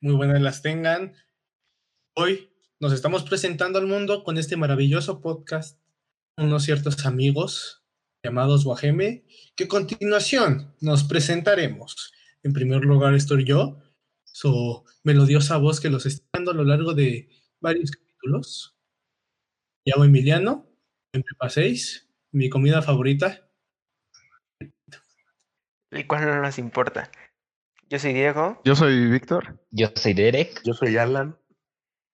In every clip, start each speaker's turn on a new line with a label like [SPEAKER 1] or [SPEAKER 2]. [SPEAKER 1] muy buenas las tengan. Hoy nos estamos presentando al mundo con este maravilloso podcast, unos ciertos amigos llamados Guajeme, que a continuación nos presentaremos. En primer lugar estoy yo, su melodiosa voz que los está dando a lo largo de varios capítulos. Llamo Emiliano, me paséis, mi comida favorita.
[SPEAKER 2] ¿Y cuál no nos importa? Yo soy Diego.
[SPEAKER 3] Yo soy Víctor.
[SPEAKER 4] Yo soy Derek.
[SPEAKER 5] Yo soy Alan.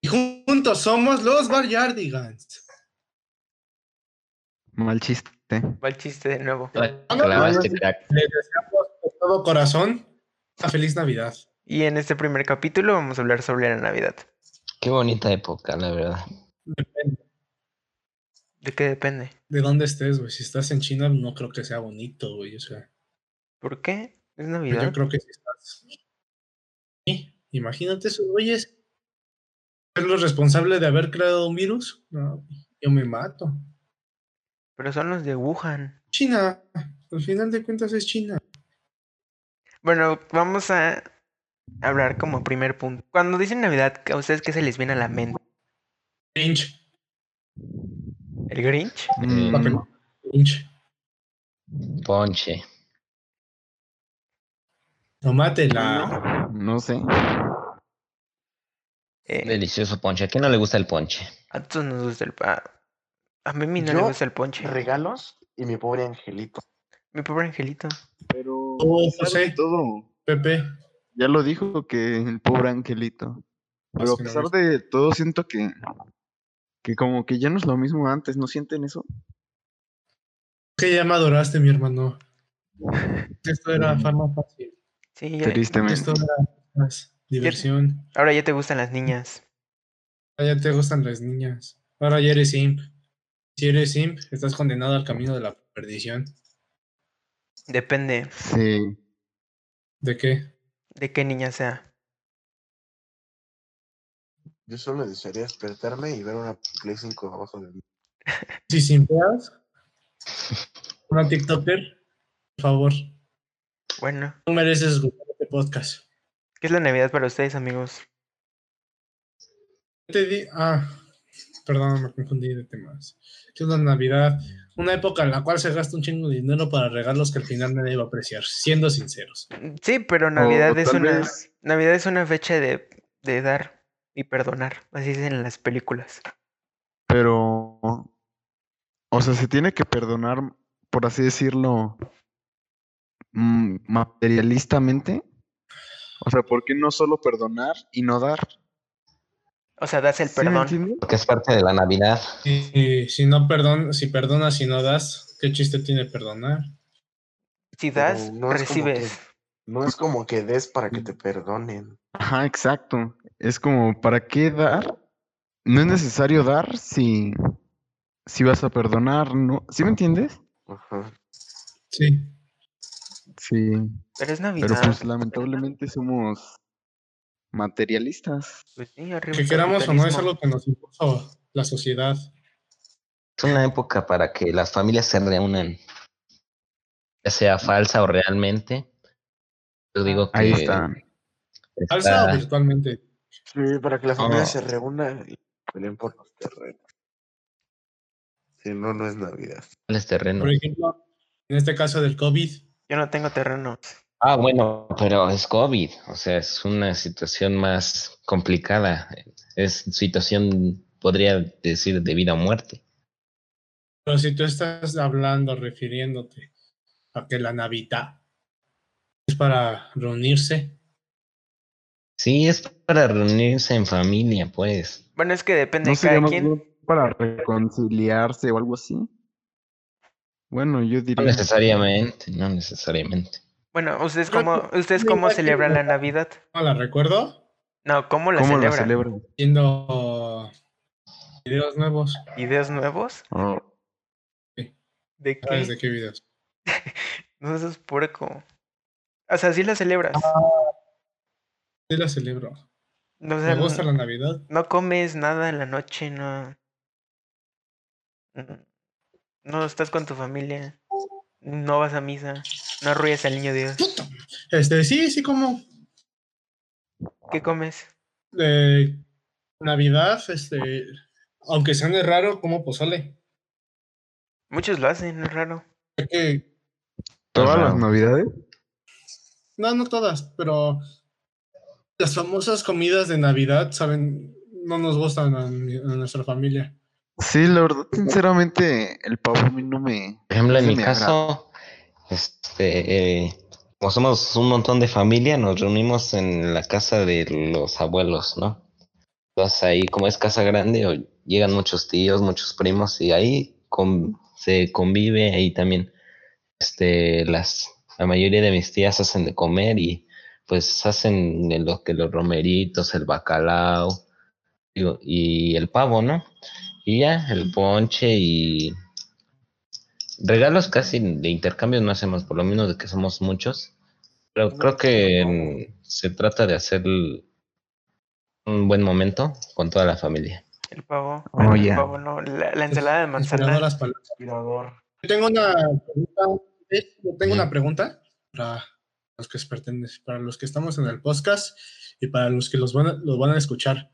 [SPEAKER 1] Y juntos somos los Barjardigans.
[SPEAKER 3] Mal chiste.
[SPEAKER 1] Eh,
[SPEAKER 2] Mal chiste de nuevo.
[SPEAKER 4] Te
[SPEAKER 1] Ah, no,
[SPEAKER 4] clavaste,
[SPEAKER 1] no, no.
[SPEAKER 4] este crack.
[SPEAKER 1] Les deseamos de todo corazón una feliz Navidad.
[SPEAKER 2] Y en este primer capítulo vamos a hablar sobre la Navidad.
[SPEAKER 4] Qué bonita época, la verdad.
[SPEAKER 1] Depende
[SPEAKER 2] ¿De qué depende?
[SPEAKER 1] de dónde estés, güey. Si estás en China, no creo que sea bonito, güey. O sea,
[SPEAKER 2] ¿Por qué? Es
[SPEAKER 1] Pero
[SPEAKER 2] Navidad.
[SPEAKER 1] Yo creo que sí estás. Sí, imagínate eso, oyes. ¿Eres lo responsable de haber creado un virus? No, yo me mato.
[SPEAKER 2] Pero son los de Wuhan.
[SPEAKER 1] China, al final de cuentas es China.
[SPEAKER 2] Bueno, vamos a hablar como primer punto. Cuando dicen Navidad, ¿a ustedes qué se les viene a la mente?
[SPEAKER 1] Grinch,
[SPEAKER 2] ¿El Grinch?
[SPEAKER 4] Mm.
[SPEAKER 1] papel. Grinch.
[SPEAKER 4] Ponche.
[SPEAKER 1] No mátela.
[SPEAKER 3] No sé.
[SPEAKER 2] Eh,
[SPEAKER 4] Delicioso ponche. ¿A quién no le gusta el ponche?
[SPEAKER 2] a todos nos gusta el... pa- A mí no le
[SPEAKER 5] Yo
[SPEAKER 2] gusta el ponche.
[SPEAKER 5] Regalos y mi pobre angelito.
[SPEAKER 2] Mi pobre angelito.
[SPEAKER 3] Pero
[SPEAKER 1] Oh,
[SPEAKER 3] a pesar
[SPEAKER 1] José.
[SPEAKER 3] de todo,
[SPEAKER 1] Pepe.
[SPEAKER 3] ya lo dijo que el pobre angelito. Pero a
[SPEAKER 1] que no
[SPEAKER 3] pesar
[SPEAKER 1] ves.
[SPEAKER 3] de todo, siento que, que como que ya no es lo mismo antes, ¿no sienten eso?
[SPEAKER 1] Que ya maduraste, mi hermano. Esto era fama fácil.
[SPEAKER 2] Sí, ya-
[SPEAKER 3] Tristemente.
[SPEAKER 1] Esto era más diversión.
[SPEAKER 2] ahora ya te gustan las niñas.
[SPEAKER 1] Ahora ya te gustan las niñas. Ahora ya eres simp. Si eres simp, estás condenado al camino de la perdición.
[SPEAKER 2] Depende
[SPEAKER 3] Sí.
[SPEAKER 1] ¿De qué?
[SPEAKER 2] de qué niña sea.
[SPEAKER 5] Yo solo desearía despertarme y ver una Play 5 abajo de mí.
[SPEAKER 1] Si simpeas, una TikToker, por favor,
[SPEAKER 2] Bueno,
[SPEAKER 1] no mereces escuchar este podcast.
[SPEAKER 2] ¿qué es la Navidad para ustedes, amigos?
[SPEAKER 1] Te di- ah, perdón, me confundí de temas. ¿Qué es la Navidad? Una época en la cual se gasta un chingo de dinero para regalos que al final nadie va a apreciar, siendo sinceros.
[SPEAKER 2] Mm, Sí, pero Navidad es
[SPEAKER 3] tal
[SPEAKER 2] una
[SPEAKER 3] vez-
[SPEAKER 2] Navidad es una fecha de, de dar y perdonar, así dicen en las películas.
[SPEAKER 3] Pero, o sea, se tiene que perdonar, por así decirlo, mm, materialistamente. O sea, ¿por qué no solo perdonar y no dar?
[SPEAKER 2] O sea, das el
[SPEAKER 3] ¿Sí me
[SPEAKER 2] perdón.
[SPEAKER 3] entiendes?
[SPEAKER 4] Que es parte de la Navidad.
[SPEAKER 1] Y si no perdon, si perdonas y no das, ¿qué chiste tiene perdonar?
[SPEAKER 2] si
[SPEAKER 5] Pero
[SPEAKER 2] das,
[SPEAKER 5] no es como que-
[SPEAKER 2] recibes.
[SPEAKER 5] No es como que des para que te perdonen.
[SPEAKER 3] Ajá, exacto. Es como, ¿para qué dar? No es necesario dar si, si vas a perdonar, ¿no? ¿Sí me entiendes?
[SPEAKER 5] Ajá.
[SPEAKER 1] Sí.
[SPEAKER 3] Sí.
[SPEAKER 2] Pero es
[SPEAKER 3] Pero
[SPEAKER 2] Navidad.
[SPEAKER 3] pues lamentablemente somos materialistas.
[SPEAKER 2] pues sí, arriba
[SPEAKER 1] Que
[SPEAKER 2] el
[SPEAKER 1] queramos o no es
[SPEAKER 2] capitalismo.
[SPEAKER 1] algo que nos impuso la sociedad.
[SPEAKER 4] Es una época para que las familias se reúnan. Ya sea falsa o realmente. Yo digo que.
[SPEAKER 3] Ahí está.
[SPEAKER 4] está-
[SPEAKER 1] Ah, Falsa pues. o virtualmente.
[SPEAKER 5] Sí, para que la familia
[SPEAKER 3] Ah.
[SPEAKER 5] se reúna y peleen por los terrenos. Si no, no es Navidad.
[SPEAKER 4] ¿Cuáles terrenos?
[SPEAKER 1] Por ejemplo, en este caso del COVID,
[SPEAKER 2] Yo no tengo terreno.
[SPEAKER 4] Ah, bueno, pero es COVID, o sea, es una situación más complicada. Es situación, podría decir, de vida o muerte.
[SPEAKER 1] Pero si tú estás hablando, refiriéndote a que la Navidad es para reunirse,
[SPEAKER 4] Sí, es para reunirse en familia, pues.
[SPEAKER 2] Bueno, es que depende
[SPEAKER 3] ¿No
[SPEAKER 2] de cada
[SPEAKER 3] sería más
[SPEAKER 2] quien.
[SPEAKER 3] bien para reconciliarse o algo así? Bueno, yo
[SPEAKER 4] No
[SPEAKER 3] diría...
[SPEAKER 4] necesariamente, no necesariamente.
[SPEAKER 2] Bueno, ustedes
[SPEAKER 1] Creo
[SPEAKER 2] cómo ustedes
[SPEAKER 1] no
[SPEAKER 2] cómo
[SPEAKER 1] igual que
[SPEAKER 2] celebran la
[SPEAKER 1] Navidad.
[SPEAKER 2] Navidad?
[SPEAKER 1] ¿no la recuerdo?
[SPEAKER 2] No, ¿cómo la
[SPEAKER 3] ¿Cómo la
[SPEAKER 2] celebran?
[SPEAKER 3] celebran?
[SPEAKER 1] Viendo videos nuevos.
[SPEAKER 2] ¿Ideas nuevos?
[SPEAKER 3] Oh,
[SPEAKER 2] ¿De qué?
[SPEAKER 1] ¿Sabes Ah, de qué videos?
[SPEAKER 2] No seas puerco. O sea, sí la celebras.
[SPEAKER 1] Ah, Sí la celebro.
[SPEAKER 2] No, o sea,
[SPEAKER 1] Me gusta la Navidad.
[SPEAKER 2] no comes nada en la noche, no. Mm, No estás con tu familia. No vas a misa. No arrullas al niño Dios.
[SPEAKER 1] Este, sí, sí, como.
[SPEAKER 2] ¿Qué comes?
[SPEAKER 1] de eh, Navidad, este, aunque suene raro, como pozole.
[SPEAKER 2] Muchos lo hacen, es raro.
[SPEAKER 1] Sé que-
[SPEAKER 3] ¿Todas las
[SPEAKER 4] Ajá.
[SPEAKER 3] navidades?
[SPEAKER 1] no, no todas, pero las famosas comidas de Navidad, saben, no nos gustan a, mi- a nuestra familia.
[SPEAKER 3] Sí, la verdad, sinceramente, el pavo a mí no me...
[SPEAKER 4] Por ejemplo, en
[SPEAKER 3] Se
[SPEAKER 4] mi
[SPEAKER 3] me
[SPEAKER 4] caso, este, eh, como somos un montón de familia, nos reunimos en la casa de los abuelos, ¿no? Entonces ahí, como es casa grande, o- llegan muchos tíos, muchos primos, y ahí con- se convive, ahí también, este, las, la mayoría de mis tías hacen de comer y pues hacen de lo que los romeritos, el bacalao digo, y el pavo, ¿no? Y ya, el ponche y Regalos casi de intercambio no hacemos, por lo menos de que somos muchos. Pero creo que mm, se trata de hacer l- un buen momento con toda la familia.
[SPEAKER 2] El pavo.
[SPEAKER 3] Oh,
[SPEAKER 2] bueno, El
[SPEAKER 3] ya.
[SPEAKER 2] pavo no. La, la ensalada de manzana.
[SPEAKER 1] Inspiradoras palabras.
[SPEAKER 5] Tirador.
[SPEAKER 1] Yo tengo una pregunta, eh, yo tengo una
[SPEAKER 4] Ujú.
[SPEAKER 1] pregunta para los que pertenecen, para los que estamos en el podcast y para los que los van a, los van a escuchar.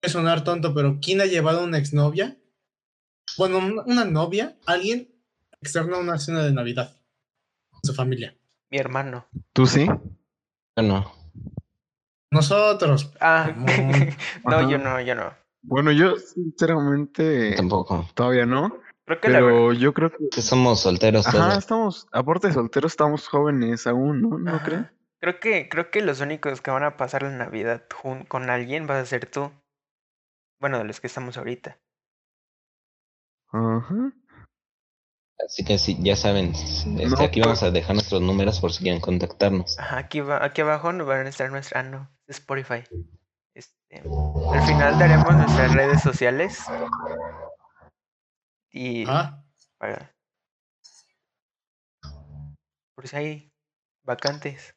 [SPEAKER 1] Puede sonar tonto, pero ¿quién ha llevado una exnovia? Bueno, un- una novia, alguien externa a una cena de Navidad con su familia.
[SPEAKER 2] Mi hermano.
[SPEAKER 3] ¿Tú sí?
[SPEAKER 4] Bueno,
[SPEAKER 1] Nosotros,
[SPEAKER 2] Ah.
[SPEAKER 3] Ajá.
[SPEAKER 2] no, yo no, yo no.
[SPEAKER 3] Bueno, yo sinceramente
[SPEAKER 4] tampoco.
[SPEAKER 3] todavía no,
[SPEAKER 2] Creo que la verdad.
[SPEAKER 3] pero yo creo que...
[SPEAKER 4] Que Somos solteros
[SPEAKER 3] Ajá,
[SPEAKER 4] todos.
[SPEAKER 3] estamos, aparte de solteros, estamos jóvenes aún, ¿no? ¿No
[SPEAKER 2] Ajá.
[SPEAKER 3] crees?
[SPEAKER 2] Creo que, creo que los únicos que van a pasar la Navidad jun- con alguien vas a ser tú. Bueno, de los que estamos ahorita.
[SPEAKER 3] Ajá.
[SPEAKER 4] Así que sí, ya saben, este,
[SPEAKER 3] No,
[SPEAKER 4] aquí vamos a dejar nuestros números por si quieren contactarnos.
[SPEAKER 2] Ajá, aquí, va, aquí abajo nos van a estar nuestra. Ah, no, es Spotify. Este, al final daremos nuestras redes sociales. Y
[SPEAKER 1] ah,
[SPEAKER 2] para- por si hay vacantes.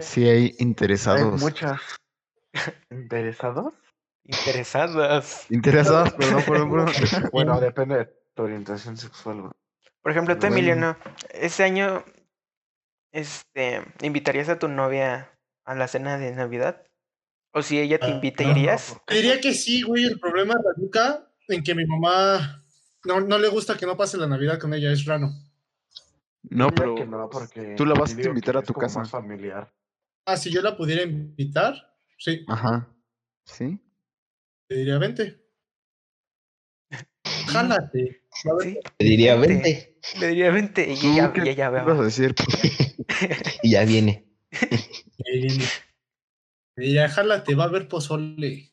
[SPEAKER 3] Sí hay
[SPEAKER 5] Hay
[SPEAKER 3] interesados.
[SPEAKER 5] muchas. ¿Interesados?
[SPEAKER 2] Interesadas.
[SPEAKER 3] Interesados, perdón, perdón, perdón.
[SPEAKER 5] Bueno, depende de tu orientación sexual. güey.
[SPEAKER 2] Por ejemplo, tú,
[SPEAKER 5] Bueno.
[SPEAKER 2] Emiliano, este año, este, ¿invitarías a tu novia a la cena de Navidad? O si ella te
[SPEAKER 1] Ah,
[SPEAKER 2] invita,
[SPEAKER 1] no, no,
[SPEAKER 2] ¿irías?
[SPEAKER 1] yo diría que sí, güey. El problema radica en que mi mamá no, no le gusta que no pase la Navidad con ella, es raro.
[SPEAKER 3] No,
[SPEAKER 5] Yo digo
[SPEAKER 3] pero
[SPEAKER 5] que no, porque
[SPEAKER 3] tú la
[SPEAKER 5] yo
[SPEAKER 3] vas a
[SPEAKER 5] digo
[SPEAKER 3] invitar
[SPEAKER 5] que
[SPEAKER 3] a
[SPEAKER 5] es
[SPEAKER 3] tu
[SPEAKER 5] como
[SPEAKER 3] casa.
[SPEAKER 5] más familiar.
[SPEAKER 1] Ah, si yo la pudiera invitar, sí,
[SPEAKER 3] Ajá. ¿Sí?
[SPEAKER 1] te diría, vente. Jálate. A ver,
[SPEAKER 2] Sí,
[SPEAKER 4] Te diría,
[SPEAKER 2] Vente.
[SPEAKER 4] vente,
[SPEAKER 2] le diría vente y
[SPEAKER 3] ¿Tú
[SPEAKER 2] ella,
[SPEAKER 3] qué
[SPEAKER 2] y ella va-
[SPEAKER 3] ibas a decir?
[SPEAKER 4] y ya viene.
[SPEAKER 1] ahí viene. Te diría, jálate, va a haber pozole.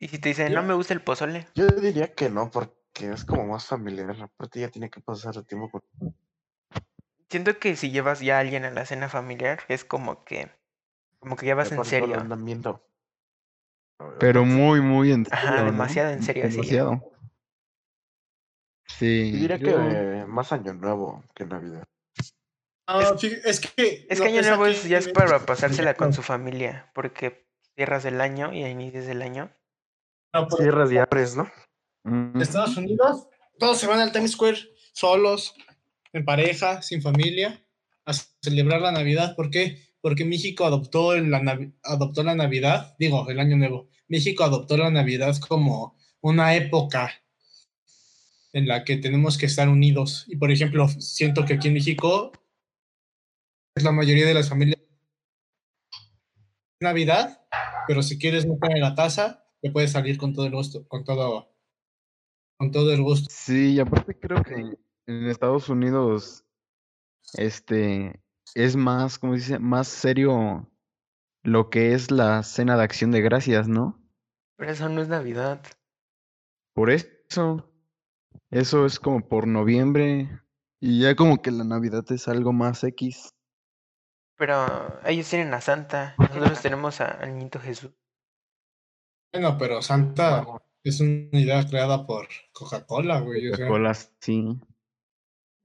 [SPEAKER 2] Y si te dice, no me gusta el pozole,
[SPEAKER 5] Yo diría que no, porque es como más familiar. Aparte, ya tiene que pasar el tiempo con.
[SPEAKER 2] siento que si llevas ya a alguien a la cena familiar, es como que, como que ya vas en
[SPEAKER 5] aparte todo lo
[SPEAKER 2] serio.
[SPEAKER 5] andan viendo.
[SPEAKER 3] Pero muy, muy pues, en serio.
[SPEAKER 2] Ajá,
[SPEAKER 3] ¿no?
[SPEAKER 2] demasiado en serio, sí.
[SPEAKER 3] Demasiado. Sí.
[SPEAKER 5] Yo diría que
[SPEAKER 3] yo-
[SPEAKER 5] eh, más Año Nuevo que Navidad.
[SPEAKER 1] Ah, fí- es, que.
[SPEAKER 2] Es
[SPEAKER 1] no,
[SPEAKER 2] que Año Nuevo
[SPEAKER 1] aquí
[SPEAKER 2] es- ya es
[SPEAKER 1] en-
[SPEAKER 2] para pasársela con
[SPEAKER 1] no,
[SPEAKER 2] su familia, porque cierras el año y inicias el año.
[SPEAKER 1] no, pero
[SPEAKER 5] Cierras y abres, ¿no?
[SPEAKER 3] Mm,
[SPEAKER 1] en Estados Unidos, todos se van al Times Square solos, en pareja, sin familia, a celebrar la Navidad. ¿Por qué? Porque México adoptó, el- la, Navi- adoptó la Navidad, digo, el Año Nuevo. México adoptó la Navidad como una época en la que tenemos que estar unidos. Y por ejemplo, siento que aquí en México es la mayoría de las familias Navidad, pero si quieres no poner la taza, te puedes salir con todo el gusto, con todo, con todo el gusto.
[SPEAKER 3] Sí, y aparte creo que en Estados Unidos, este, es más, ¿cómo se dice? Más serio lo que es la cena de acción de gracias, ¿no?
[SPEAKER 2] Pero eso no es Navidad.
[SPEAKER 3] Por eso, eso es como por noviembre y ya como que la Navidad es algo más X.
[SPEAKER 2] Pero ellos tienen a Santa, nosotros tenemos a- al niñito Jesús.
[SPEAKER 1] Bueno, pero Santa es una idea creada por Coca-Cola, güey. o sea,
[SPEAKER 3] Coca-Cola, sí.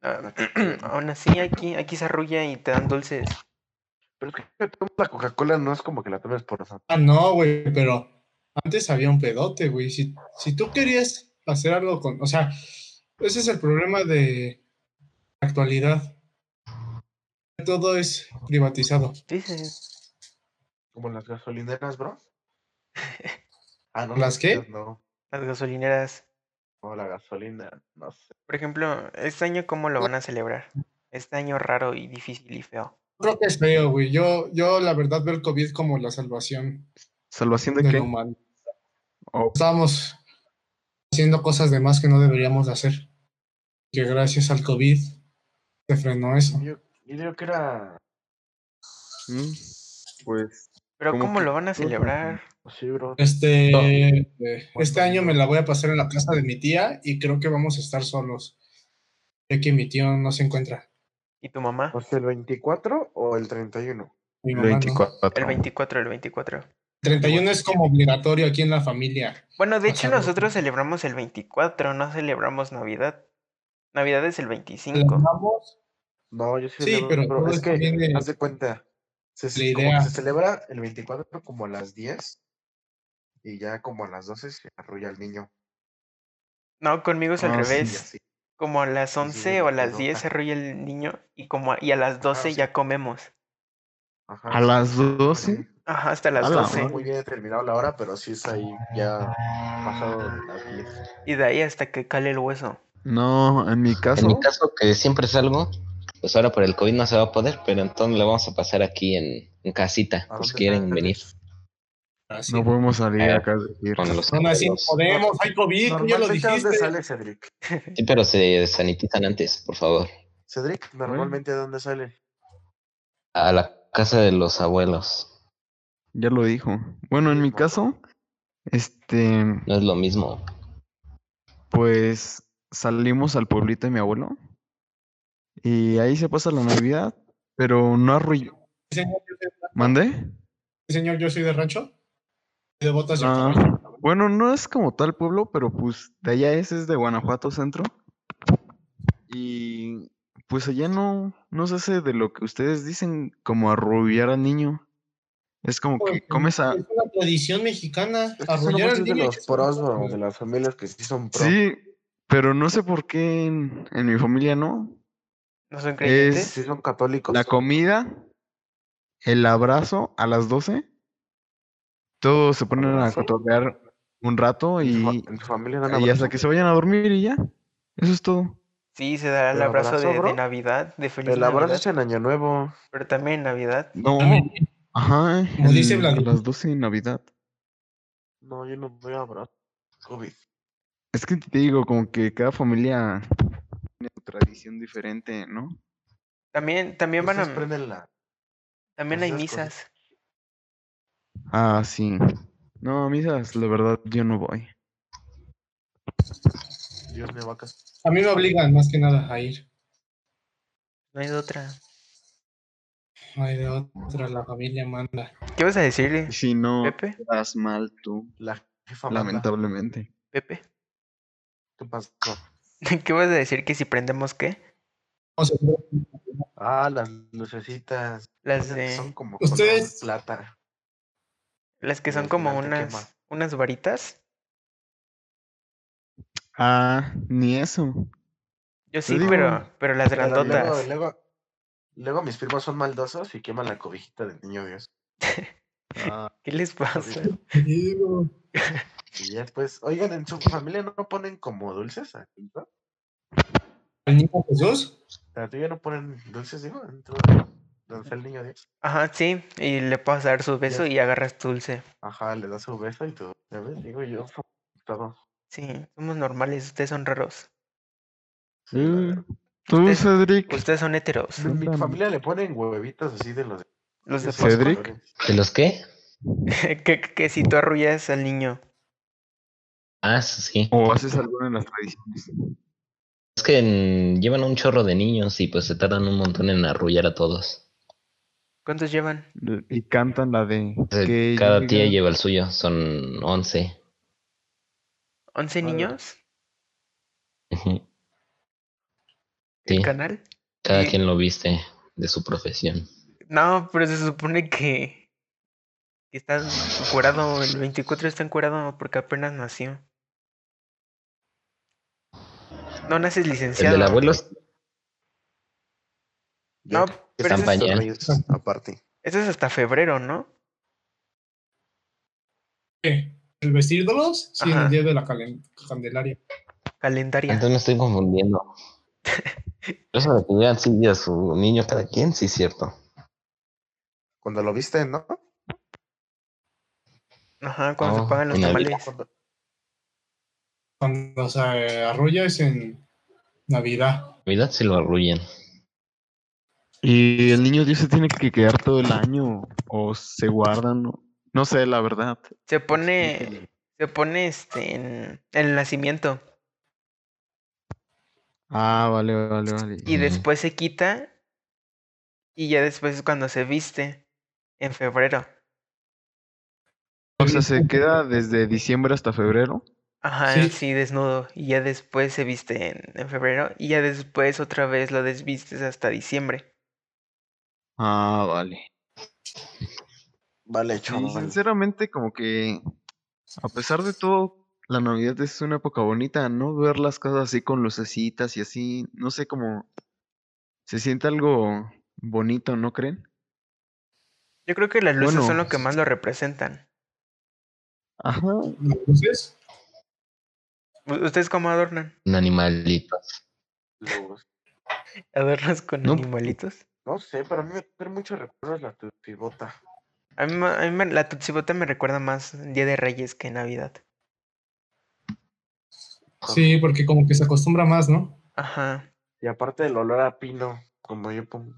[SPEAKER 2] Ah, aún así, aquí, aquí se arrulla y te dan dulces.
[SPEAKER 5] Pero es que tomas la Coca-Cola no es como que la tomes por Santa.
[SPEAKER 1] ah, no, güey, pero antes había un pedote, güey. Si, si tú querías hacer algo con. O sea, ese es el problema de la actualidad. Todo es privatizado.
[SPEAKER 2] Dices,
[SPEAKER 5] Como las gasolineras, bro. Ah, no,
[SPEAKER 1] ¿Las qué?
[SPEAKER 5] No,
[SPEAKER 2] Las gasolineras.
[SPEAKER 5] no, la gasolina, no sé.
[SPEAKER 2] Por ejemplo, este año, ¿cómo lo van a celebrar? Este año raro y difícil y feo.
[SPEAKER 1] Creo que es feo, güey. Yo, yo, la verdad, veo el COVID como la salvación
[SPEAKER 3] ¿Salvación de
[SPEAKER 1] de la
[SPEAKER 3] qué?
[SPEAKER 1] humanidad.
[SPEAKER 3] Oh,
[SPEAKER 1] Estábamos haciendo cosas de más que no deberíamos de hacer. Que gracias al COVID se frenó eso.
[SPEAKER 5] Yo, yo digo que era.
[SPEAKER 3] mm, Pues
[SPEAKER 2] Pero
[SPEAKER 3] ¿Cómo
[SPEAKER 2] ¿cómo,
[SPEAKER 3] que
[SPEAKER 2] lo van a
[SPEAKER 3] todo?
[SPEAKER 2] celebrar?
[SPEAKER 5] Sí, bro.
[SPEAKER 1] Este,
[SPEAKER 4] No.
[SPEAKER 1] eh, este
[SPEAKER 5] Bueno,
[SPEAKER 1] año me
[SPEAKER 5] yo-
[SPEAKER 1] la voy a pasar en la casa de mi tía y creo que vamos a estar solos, ya que mi tío no se encuentra.
[SPEAKER 2] ¿Y tu mamá?
[SPEAKER 5] O sea, el 24 o el 31.
[SPEAKER 1] Mi
[SPEAKER 3] el
[SPEAKER 1] mamá no.
[SPEAKER 3] 24.
[SPEAKER 2] El 24, el 24.
[SPEAKER 1] 31 es como obligatorio aquí en la familia.
[SPEAKER 2] Bueno,
[SPEAKER 5] Pues,
[SPEAKER 2] de
[SPEAKER 1] O
[SPEAKER 2] hecho
[SPEAKER 1] sea,
[SPEAKER 2] nosotros celebramos el 24, no celebramos Navidad. Navidad es el 25.
[SPEAKER 1] Celebramos,
[SPEAKER 5] No, yo sí
[SPEAKER 1] Sí,
[SPEAKER 5] celebro,
[SPEAKER 1] pero
[SPEAKER 5] bro,
[SPEAKER 1] todo
[SPEAKER 5] es
[SPEAKER 1] esto
[SPEAKER 5] que,
[SPEAKER 1] viene-
[SPEAKER 5] haz de cuenta, se,
[SPEAKER 1] la
[SPEAKER 5] ce- como que
[SPEAKER 1] idea.
[SPEAKER 5] se celebra el 24 como a las 10 y ya como a las 12 se arrulla el niño.
[SPEAKER 2] No, conmigo es al
[SPEAKER 3] Ah, sí,
[SPEAKER 5] Y
[SPEAKER 2] revés.
[SPEAKER 5] así.
[SPEAKER 2] Como a las
[SPEAKER 5] sí,
[SPEAKER 2] 11 o a las
[SPEAKER 5] pero-
[SPEAKER 2] 10 se arrulla el niño y como a, y a las 12
[SPEAKER 5] sí.
[SPEAKER 2] ya comemos.
[SPEAKER 5] Ajá,
[SPEAKER 3] A las 12.
[SPEAKER 5] sí.
[SPEAKER 2] Ajá, hasta las
[SPEAKER 3] A la
[SPEAKER 5] No sé
[SPEAKER 2] 12.
[SPEAKER 5] muy bien determinado la hora, pero sí es ahí ya pasado de las 10.
[SPEAKER 2] Y de ahí hasta que cale el hueso.
[SPEAKER 3] No, en mi
[SPEAKER 4] En
[SPEAKER 3] caso.
[SPEAKER 4] mi caso, que siempre salgo, pues ahora por el COVID no se va a poder, pero entonces lo vamos a pasar aquí en, en casita,
[SPEAKER 5] ¿A
[SPEAKER 4] por si
[SPEAKER 5] dónde
[SPEAKER 4] Pues quieren
[SPEAKER 5] sales?
[SPEAKER 4] venir.
[SPEAKER 1] así.
[SPEAKER 3] No podemos salir
[SPEAKER 4] Eh,
[SPEAKER 3] acá de aquí.
[SPEAKER 4] Con los
[SPEAKER 1] Aún así no
[SPEAKER 4] abuelos.
[SPEAKER 1] podemos, hay COVID, tú ya lo
[SPEAKER 5] Normalmente, ¿a
[SPEAKER 1] dijiste.
[SPEAKER 5] dónde sale Cedric?
[SPEAKER 4] Sí, pero se sanitizan antes, por favor.
[SPEAKER 5] Cedric, normalmente, ¿a dónde sale?
[SPEAKER 4] A la casa de los abuelos.
[SPEAKER 3] Ya lo dijo. Bueno, en mi caso, este,
[SPEAKER 4] No es lo mismo.
[SPEAKER 3] pues salimos al pueblito de mi abuelo y ahí se pasa la Navidad, pero no arrulló.
[SPEAKER 1] Señor, yo soy-
[SPEAKER 3] ¿Mandé?
[SPEAKER 1] Señor, yo soy de rancho. De botas de
[SPEAKER 3] Ah,
[SPEAKER 1] caballo.
[SPEAKER 3] bueno, no es como tal pueblo, pero pues de allá es, es de Guanajuato Centro. Y pues allá no, no se hace de lo que ustedes dicen como arrullar al niño. Es como
[SPEAKER 1] Pues,
[SPEAKER 3] que comes a...
[SPEAKER 1] Es una tradición mexicana.
[SPEAKER 5] Es que son
[SPEAKER 1] Arrullar al
[SPEAKER 5] muchos de
[SPEAKER 1] niño y
[SPEAKER 5] los
[SPEAKER 1] que se-
[SPEAKER 5] pros, bro, de las familias que sí son pros.
[SPEAKER 3] Sí, pero no sé por qué en, en mi familia no.
[SPEAKER 2] ¿No son creyentes?
[SPEAKER 5] Sí son católicos.
[SPEAKER 3] La comida, el abrazo a las 12. Todos se ponen a
[SPEAKER 5] ¿Abrazo?
[SPEAKER 3] cotorrear un rato
[SPEAKER 5] En su fa-
[SPEAKER 3] y,
[SPEAKER 5] en su familia dan
[SPEAKER 3] y hasta
[SPEAKER 5] abrazo.
[SPEAKER 3] que se vayan a dormir y ya. Eso es todo.
[SPEAKER 2] Sí, se dará el
[SPEAKER 5] Pero
[SPEAKER 2] abrazo
[SPEAKER 5] abrazo,
[SPEAKER 2] de, de
[SPEAKER 5] bro.
[SPEAKER 2] Navidad, de feliz
[SPEAKER 5] El abrazo
[SPEAKER 2] Navidad,
[SPEAKER 5] es en Año Nuevo.
[SPEAKER 2] pero también en Navidad.
[SPEAKER 3] No.
[SPEAKER 1] También,
[SPEAKER 3] Ajá.
[SPEAKER 1] Como dice
[SPEAKER 3] el-
[SPEAKER 1] Vladimir.
[SPEAKER 3] a las 12 de Navidad.
[SPEAKER 5] No, yo no voy a abrazo. COVID.
[SPEAKER 3] Es que te digo, como que cada familia tiene su tradición diferente, ¿no?
[SPEAKER 2] También, también van
[SPEAKER 5] Ustedes
[SPEAKER 2] a,
[SPEAKER 5] prenden la-
[SPEAKER 2] también hay
[SPEAKER 5] Pues, esas
[SPEAKER 2] misas.
[SPEAKER 5] cosas.
[SPEAKER 3] Ah, sí. No, a misas, la verdad, yo no voy.
[SPEAKER 5] Dios me va a casar.
[SPEAKER 1] A mí me obligan más que nada a ir.
[SPEAKER 2] No hay de otra.
[SPEAKER 1] No hay de otra, la familia manda.
[SPEAKER 2] ¿Qué vas a decir, eh,
[SPEAKER 3] Y Si no,
[SPEAKER 2] Pepe?
[SPEAKER 3] estás mal tú,
[SPEAKER 5] La jefa manda.
[SPEAKER 3] lamentablemente.
[SPEAKER 2] Pepe.
[SPEAKER 5] ¿Qué pasó?
[SPEAKER 2] ¿Qué vas a decir que si prendemos qué?
[SPEAKER 1] O sea,
[SPEAKER 5] Ah, las lucecitas.
[SPEAKER 2] Las
[SPEAKER 5] esas que Son
[SPEAKER 2] de,
[SPEAKER 5] como
[SPEAKER 1] Ustedes-
[SPEAKER 5] Ustedes... plata.
[SPEAKER 2] las que
[SPEAKER 5] y
[SPEAKER 2] son
[SPEAKER 5] al
[SPEAKER 2] como
[SPEAKER 5] final te quema.
[SPEAKER 2] unas, unas varitas.
[SPEAKER 3] Ah, ni eso.
[SPEAKER 2] Yo sí,
[SPEAKER 3] digo,
[SPEAKER 2] pero, pero las
[SPEAKER 3] Pues,
[SPEAKER 5] Pero Luego,
[SPEAKER 2] grandotas.
[SPEAKER 5] luego, luego mis primos son maldosos y queman la cobijita del niño Dios.
[SPEAKER 2] ¿Qué les pasa?
[SPEAKER 5] horrible.
[SPEAKER 1] digo,
[SPEAKER 5] Y ya después, oigan, en su familia no ponen como dulces. ¿A ti, no?
[SPEAKER 1] ¿El niño Jesús?
[SPEAKER 5] ¿La tuya no ponen dulces, digo? Dentro donde está el niño Dios.
[SPEAKER 2] Ajá, sí. Y le puedes dar su beso y agarras tu dulce.
[SPEAKER 5] Ajá, le das su beso y tú, ¿sabes? Digo yo, todo.
[SPEAKER 2] Sí, somos normales, ustedes son raros.
[SPEAKER 5] Sí, la
[SPEAKER 3] Mm.
[SPEAKER 5] verdad.
[SPEAKER 3] Tú,
[SPEAKER 2] Ustedes-
[SPEAKER 3] Cedric.
[SPEAKER 2] Ustedes son heteros.
[SPEAKER 5] En mi
[SPEAKER 3] Ándale.
[SPEAKER 5] familia le ponen huevitos así de los
[SPEAKER 2] Los de
[SPEAKER 5] esos
[SPEAKER 3] Cedric.
[SPEAKER 2] Pascua.
[SPEAKER 5] colores.
[SPEAKER 4] ¿De los qué?
[SPEAKER 2] que, que- que si tú arrullas al niño.
[SPEAKER 4] Ah, sí.
[SPEAKER 3] ¿O haces alguna de las tradiciones?
[SPEAKER 4] Es que mm, llevan un chorro de niños y pues se tardan un montón en arrullar a todos.
[SPEAKER 2] ¿Cuántos llevan?
[SPEAKER 3] L- Y cantan la de
[SPEAKER 4] Entonces,
[SPEAKER 3] que
[SPEAKER 4] Cada tía
[SPEAKER 3] llega-
[SPEAKER 4] lleva el suyo, son 11.
[SPEAKER 2] ¿11
[SPEAKER 5] Ala.
[SPEAKER 2] niños?
[SPEAKER 4] Ujú.
[SPEAKER 2] ¿El
[SPEAKER 4] Sí.
[SPEAKER 2] canal?
[SPEAKER 4] Cada
[SPEAKER 2] Y-
[SPEAKER 4] quien lo viste de su profesión.
[SPEAKER 2] No, pero se supone que, que está curado. El 24 está curado porque apenas nació. No naces
[SPEAKER 4] El
[SPEAKER 2] licenciado.
[SPEAKER 4] del abuelo es-
[SPEAKER 2] No,
[SPEAKER 5] Ya que
[SPEAKER 2] pero
[SPEAKER 4] están
[SPEAKER 2] eso es,
[SPEAKER 4] pañal.
[SPEAKER 5] Reyes, aparte.
[SPEAKER 2] eso es hasta febrero, ¿no?
[SPEAKER 1] ¿Qué? ¿El vestirlos? Sí, en
[SPEAKER 2] Ajá.
[SPEAKER 1] el día de la calen- Candelaria.
[SPEAKER 2] Calentaria.
[SPEAKER 4] Entonces me estoy confundiendo. Eso de que hubieran silla a su niño cada quien, sí es cierto.
[SPEAKER 5] Cuando lo viste, ¿no?
[SPEAKER 2] Ajá, cuando
[SPEAKER 4] Oh,
[SPEAKER 2] se pagan los
[SPEAKER 4] en la
[SPEAKER 2] tamales.
[SPEAKER 5] Cuando-
[SPEAKER 1] Cuando se arrolla es en Navidad.
[SPEAKER 4] Navidad sí lo arrullen.
[SPEAKER 3] Y el niño Dios se tiene que quedar todo el año o se guardan, no, no sé, la verdad.
[SPEAKER 2] Se pone, se pone este en el nacimiento
[SPEAKER 3] Ah, vale, vale, vale.
[SPEAKER 2] y
[SPEAKER 4] Ujú.
[SPEAKER 2] después se quita y ya después es cuando se viste en febrero.
[SPEAKER 3] O sea, se queda desde diciembre hasta febrero.
[SPEAKER 2] Ajá,
[SPEAKER 1] Sí.
[SPEAKER 2] sí, desnudo y ya después se viste en, en febrero y ya después otra vez lo desvistes hasta diciembre.
[SPEAKER 3] Ah, vale.
[SPEAKER 5] Vale,
[SPEAKER 3] Sí,
[SPEAKER 5] chaval.
[SPEAKER 3] sinceramente, como que a pesar de todo, la Navidad es una época bonita, ¿no? Ver las cosas así con lucecitas y así, no sé, como se siente algo bonito, ¿no creen?
[SPEAKER 2] Yo creo que las luces son
[SPEAKER 3] Bueno.
[SPEAKER 2] lo que más lo representan.
[SPEAKER 3] Ajá.
[SPEAKER 1] ¿Las luces?
[SPEAKER 2] U- ¿Ustedes cómo adornan?
[SPEAKER 4] Un animalito.
[SPEAKER 5] Los-
[SPEAKER 2] ¿Adornas con
[SPEAKER 3] No.
[SPEAKER 2] animalitos?
[SPEAKER 5] No sé, para mí me trae muchos recuerdos la tu pivota.
[SPEAKER 2] A mí, ma- a mí me- la tutsibota me recuerda más Día de Reyes que Navidad.
[SPEAKER 1] Sí, porque como que se acostumbra más, ¿no?
[SPEAKER 2] Ajá.
[SPEAKER 5] Y aparte del olor a pino, como yo pongo.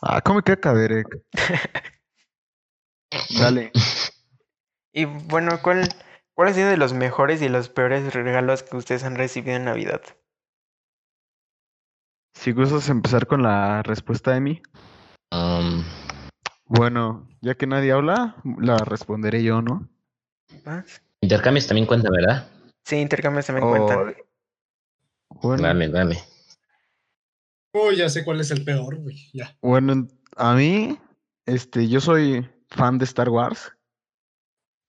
[SPEAKER 3] Ah, come caca, Derek. Dale.
[SPEAKER 2] Y bueno, ¿cuál, cuál ha sido de los mejores y los peores regalos que ustedes han recibido en Navidad?
[SPEAKER 3] Si gustas empezar con la respuesta de mí.
[SPEAKER 4] Am,
[SPEAKER 3] Bueno, ya que nadie habla, la responderé yo, ¿no?
[SPEAKER 2] ¿Más?
[SPEAKER 4] intercambios también cuenta, ¿verdad?
[SPEAKER 2] Sí, intercambios también cuentan.
[SPEAKER 3] Oh, Bueno,
[SPEAKER 4] Dale, dale.
[SPEAKER 1] Uy, Oh, ya sé cuál es el peor, güey. Ya.
[SPEAKER 3] bueno, en- a mí, este, yo soy fan de Star Wars.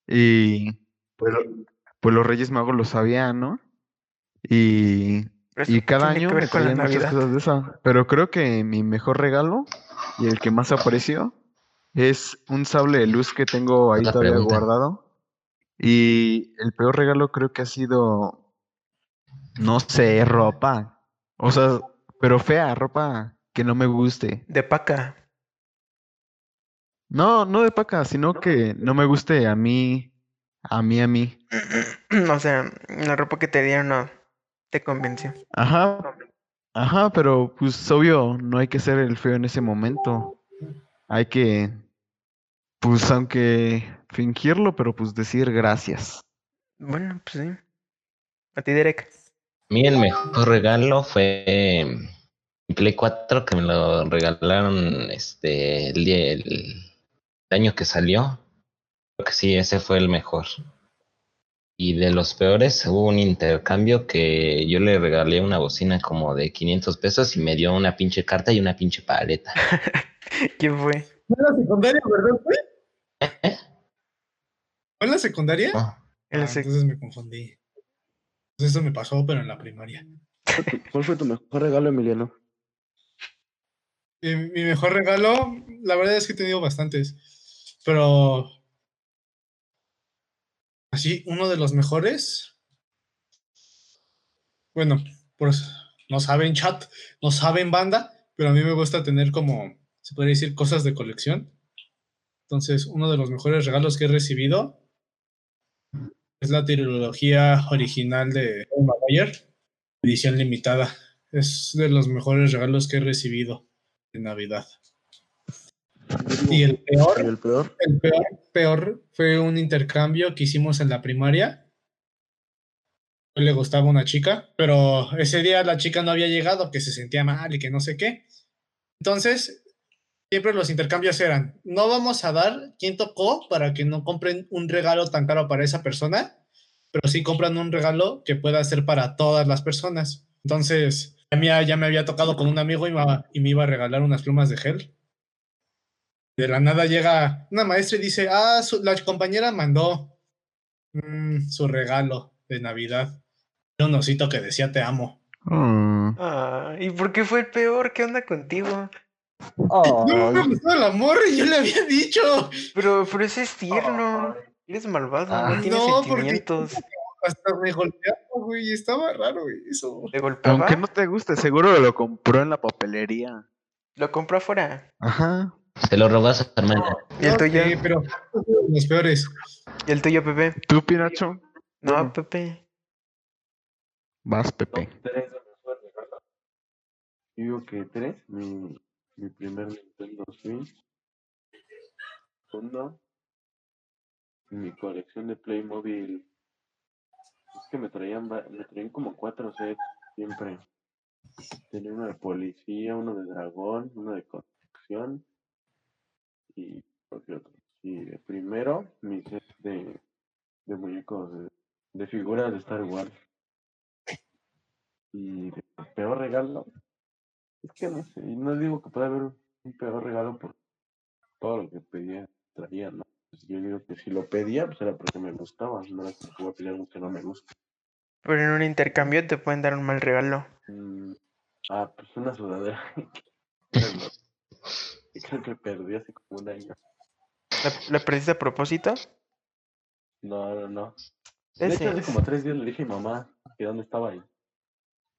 [SPEAKER 3] Y pues, lo- pues los Reyes Magos lo sabían, ¿no? Y,
[SPEAKER 2] Pero eso
[SPEAKER 3] y
[SPEAKER 2] ¿qué
[SPEAKER 3] cada
[SPEAKER 2] tiene que
[SPEAKER 3] año
[SPEAKER 2] ver
[SPEAKER 3] me
[SPEAKER 2] con la
[SPEAKER 3] traían muchas
[SPEAKER 2] Navidad?
[SPEAKER 3] cosas de esa. Pero creo que mi mejor regalo y el que más aprecio es un sable de luz que tengo ahí
[SPEAKER 4] Otra
[SPEAKER 3] todavía
[SPEAKER 4] pregunta.
[SPEAKER 3] guardado. Y el peor regalo creo que ha sido, no sé, ropa. O sea, pero fea, ropa que no me guste.
[SPEAKER 2] De paca.
[SPEAKER 3] No, no pues, de paca, sino que no me guste a mí, a mí, a mí.
[SPEAKER 2] o sea, la ropa que te dieron no te convenció.
[SPEAKER 3] Ajá, ajá, pero pues obvio, no hay que ser el feo en ese momento. Hay que, pues aunque fingirlo, pero pues decir gracias.
[SPEAKER 2] Bueno, pues sí. A ti, Derek.
[SPEAKER 4] A mí el mejor regalo fue em, mi Play 4 que me lo regalaron este el, día- el año que salió. Creo que sí, ese fue el mejor. Y de los peores, hubo un intercambio que yo le regalé una bocina como de 500 pesos y me dio una pinche carta y una pinche paleta.
[SPEAKER 2] ¿Quién fue?
[SPEAKER 1] ¿Fue en la secundaria, verdad, güey?
[SPEAKER 4] ¿Eh?
[SPEAKER 1] ¿Fue en la secundaria?
[SPEAKER 4] Oh,
[SPEAKER 2] El
[SPEAKER 1] Ah,
[SPEAKER 2] sec-
[SPEAKER 1] entonces me confundí. Pues Eso me pasó, pero en la primaria.
[SPEAKER 5] ¿Cuál fue tu mejor regalo, Emiliano?
[SPEAKER 1] Mi, mi mejor regalo, la verdad es que he tenido bastantes, pero así, uno de los mejores. Bueno, pues no saben chat, no saben banda, pero a mí me gusta tener como, se podría decir, cosas de colección. Entonces, uno de los mejores regalos que he recibido es la trilogía original de Maguire, edición limitada. Es de los mejores regalos que he recibido de Navidad. Y el peor,
[SPEAKER 5] el peor?
[SPEAKER 1] el peor, peor fue un intercambio que hicimos en la primaria. A él Le gustaba una chica, pero ese día la chica no había llegado, que se sentía mal y que no sé qué. Entonces, siempre los intercambios eran, no vamos a dar quién tocó para que no compren un regalo tan caro para esa persona, pero sí compran un regalo que pueda ser para todas las personas. Entonces, a mí ya- ya me había tocado con un amigo y me, y me iba a regalar unas plumas de gel. De la nada llega una maestra y dice, ah, su- la compañera mandó mm, su regalo de Navidad. Era un osito que decía te amo.
[SPEAKER 3] Mm.
[SPEAKER 2] Ah, ¿Y por qué fue el peor? ¿Qué onda contigo?
[SPEAKER 1] Ah, No me gustó el amor, yo le había dicho.
[SPEAKER 2] Pero, pero ese es tierno. Eres malvado,
[SPEAKER 3] Ah.
[SPEAKER 2] no tienes
[SPEAKER 1] No, porque-
[SPEAKER 2] sentimientos.
[SPEAKER 1] Hasta me golpeaba, güey. Estaba raro eso.
[SPEAKER 2] Te golpeaba.
[SPEAKER 3] Aunque no te guste, seguro lo compró en la papelería.
[SPEAKER 2] Lo compró afuera.
[SPEAKER 3] Ajá.
[SPEAKER 4] Se lo robas a tu hermana.
[SPEAKER 2] ¿Y el
[SPEAKER 1] No,
[SPEAKER 2] tuyo?
[SPEAKER 1] sí, pero los peores.
[SPEAKER 2] ¿Y el tuyo, Pepe?
[SPEAKER 3] ¿Tú, Pinacho?
[SPEAKER 2] No,
[SPEAKER 3] Ujú.
[SPEAKER 2] Pepe.
[SPEAKER 3] Vas, Pepe.
[SPEAKER 5] Tres de los cuatro, ¿verdad? Yo digo que tres, mi, mi primer Nintendo Switch. Segundo, mi colección de Playmobil. Es que me traían, va- me traían como cuatro sets siempre. Tenía uno de policía, uno de dragón, uno de construcción y creo que otro. Y de primero, mi set de, de muñecos, de, de figuras de Star Wars. Y de peor regalo. Es que no sé, y no digo que pueda haber un peor regalo por todo lo que pedía, traía, ¿no? Pues yo digo que si lo pedía, pues era porque me gustaba, no era porque voy a pedir algo que no me gusta.
[SPEAKER 2] Pero en un intercambio te pueden dar un mal regalo.
[SPEAKER 5] Mm, ah, pues una sudadera. Era lo- que Creo que perdí hace como un año.
[SPEAKER 2] ¿La, la perdiste a propósito?
[SPEAKER 5] No, no, no. De
[SPEAKER 2] Ese
[SPEAKER 5] hecho, hace
[SPEAKER 2] es.
[SPEAKER 5] como tres días le dije a mi mamá que dónde estaba ahí.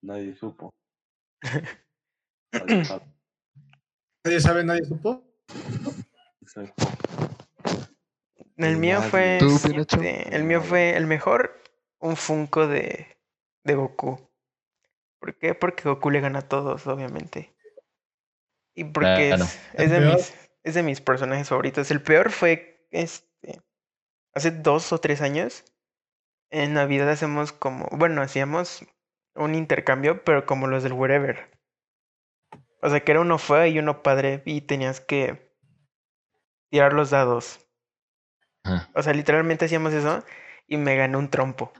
[SPEAKER 5] Nadie supo. Nadie sabe,
[SPEAKER 1] Nadie sabe, nadie supo.
[SPEAKER 5] exacto.
[SPEAKER 2] El mío
[SPEAKER 5] Nadie.
[SPEAKER 2] fue.
[SPEAKER 3] ¿Tú, Pinocho?
[SPEAKER 2] siete. El mío fue el mejor. Un Funko de, de Goku. ¿Por qué? Porque Goku le gana a todos, obviamente. Y porque
[SPEAKER 4] Claro.
[SPEAKER 2] es,
[SPEAKER 1] El
[SPEAKER 2] es de
[SPEAKER 1] peor.
[SPEAKER 2] mis, es de mis personajes favoritos. El peor fue este. Hace dos o tres años. En Navidad hacemos como. Bueno, hacíamos un intercambio, pero como los del Wherever. O sea, que era uno fue y uno padre. Y tenías que tirar los dados.
[SPEAKER 4] Ajá.
[SPEAKER 2] O sea, literalmente hacíamos eso y me ganó un trompo.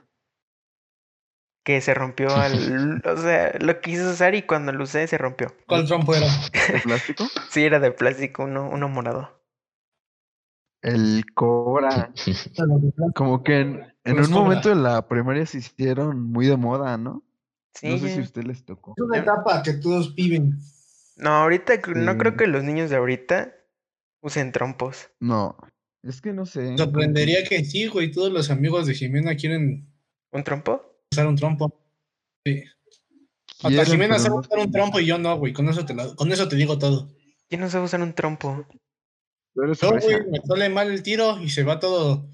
[SPEAKER 2] Que se rompió al... O sea, lo quise usar y cuando lo usé se rompió.
[SPEAKER 1] ¿Cuál trompo era?
[SPEAKER 3] ¿De plástico?
[SPEAKER 2] Sí, era de plástico, uno, uno morado.
[SPEAKER 3] El Cobra. Como que en, en
[SPEAKER 1] Los
[SPEAKER 3] un
[SPEAKER 1] Cobra.
[SPEAKER 3] momento de la primaria se hicieron muy de moda, ¿no?
[SPEAKER 2] Sí.
[SPEAKER 3] No sé si
[SPEAKER 2] ya.
[SPEAKER 3] a usted les tocó.
[SPEAKER 1] Es una etapa que todos viven.
[SPEAKER 2] No, ahorita cr- no creo
[SPEAKER 3] Sí.
[SPEAKER 2] que los niños de ahorita usen trompos.
[SPEAKER 3] No. Es que no sé. como que-
[SPEAKER 1] Sorprendería que sí, güey. Todos los amigos de Jimena quieren
[SPEAKER 2] ¿Un trompo?
[SPEAKER 1] usar un trompo. Sí. Hasta
[SPEAKER 3] Quieren,
[SPEAKER 1] Jimena
[SPEAKER 3] pero
[SPEAKER 1] sabe
[SPEAKER 3] no
[SPEAKER 1] usar un trompo y yo no, güey. Con eso te, lo- con eso te digo todo.
[SPEAKER 2] ¿Quién no sabe usar un trompo?
[SPEAKER 3] Tú eres
[SPEAKER 1] Yo,
[SPEAKER 3] fresa.
[SPEAKER 1] güey, me sale mal el tiro y se va todo.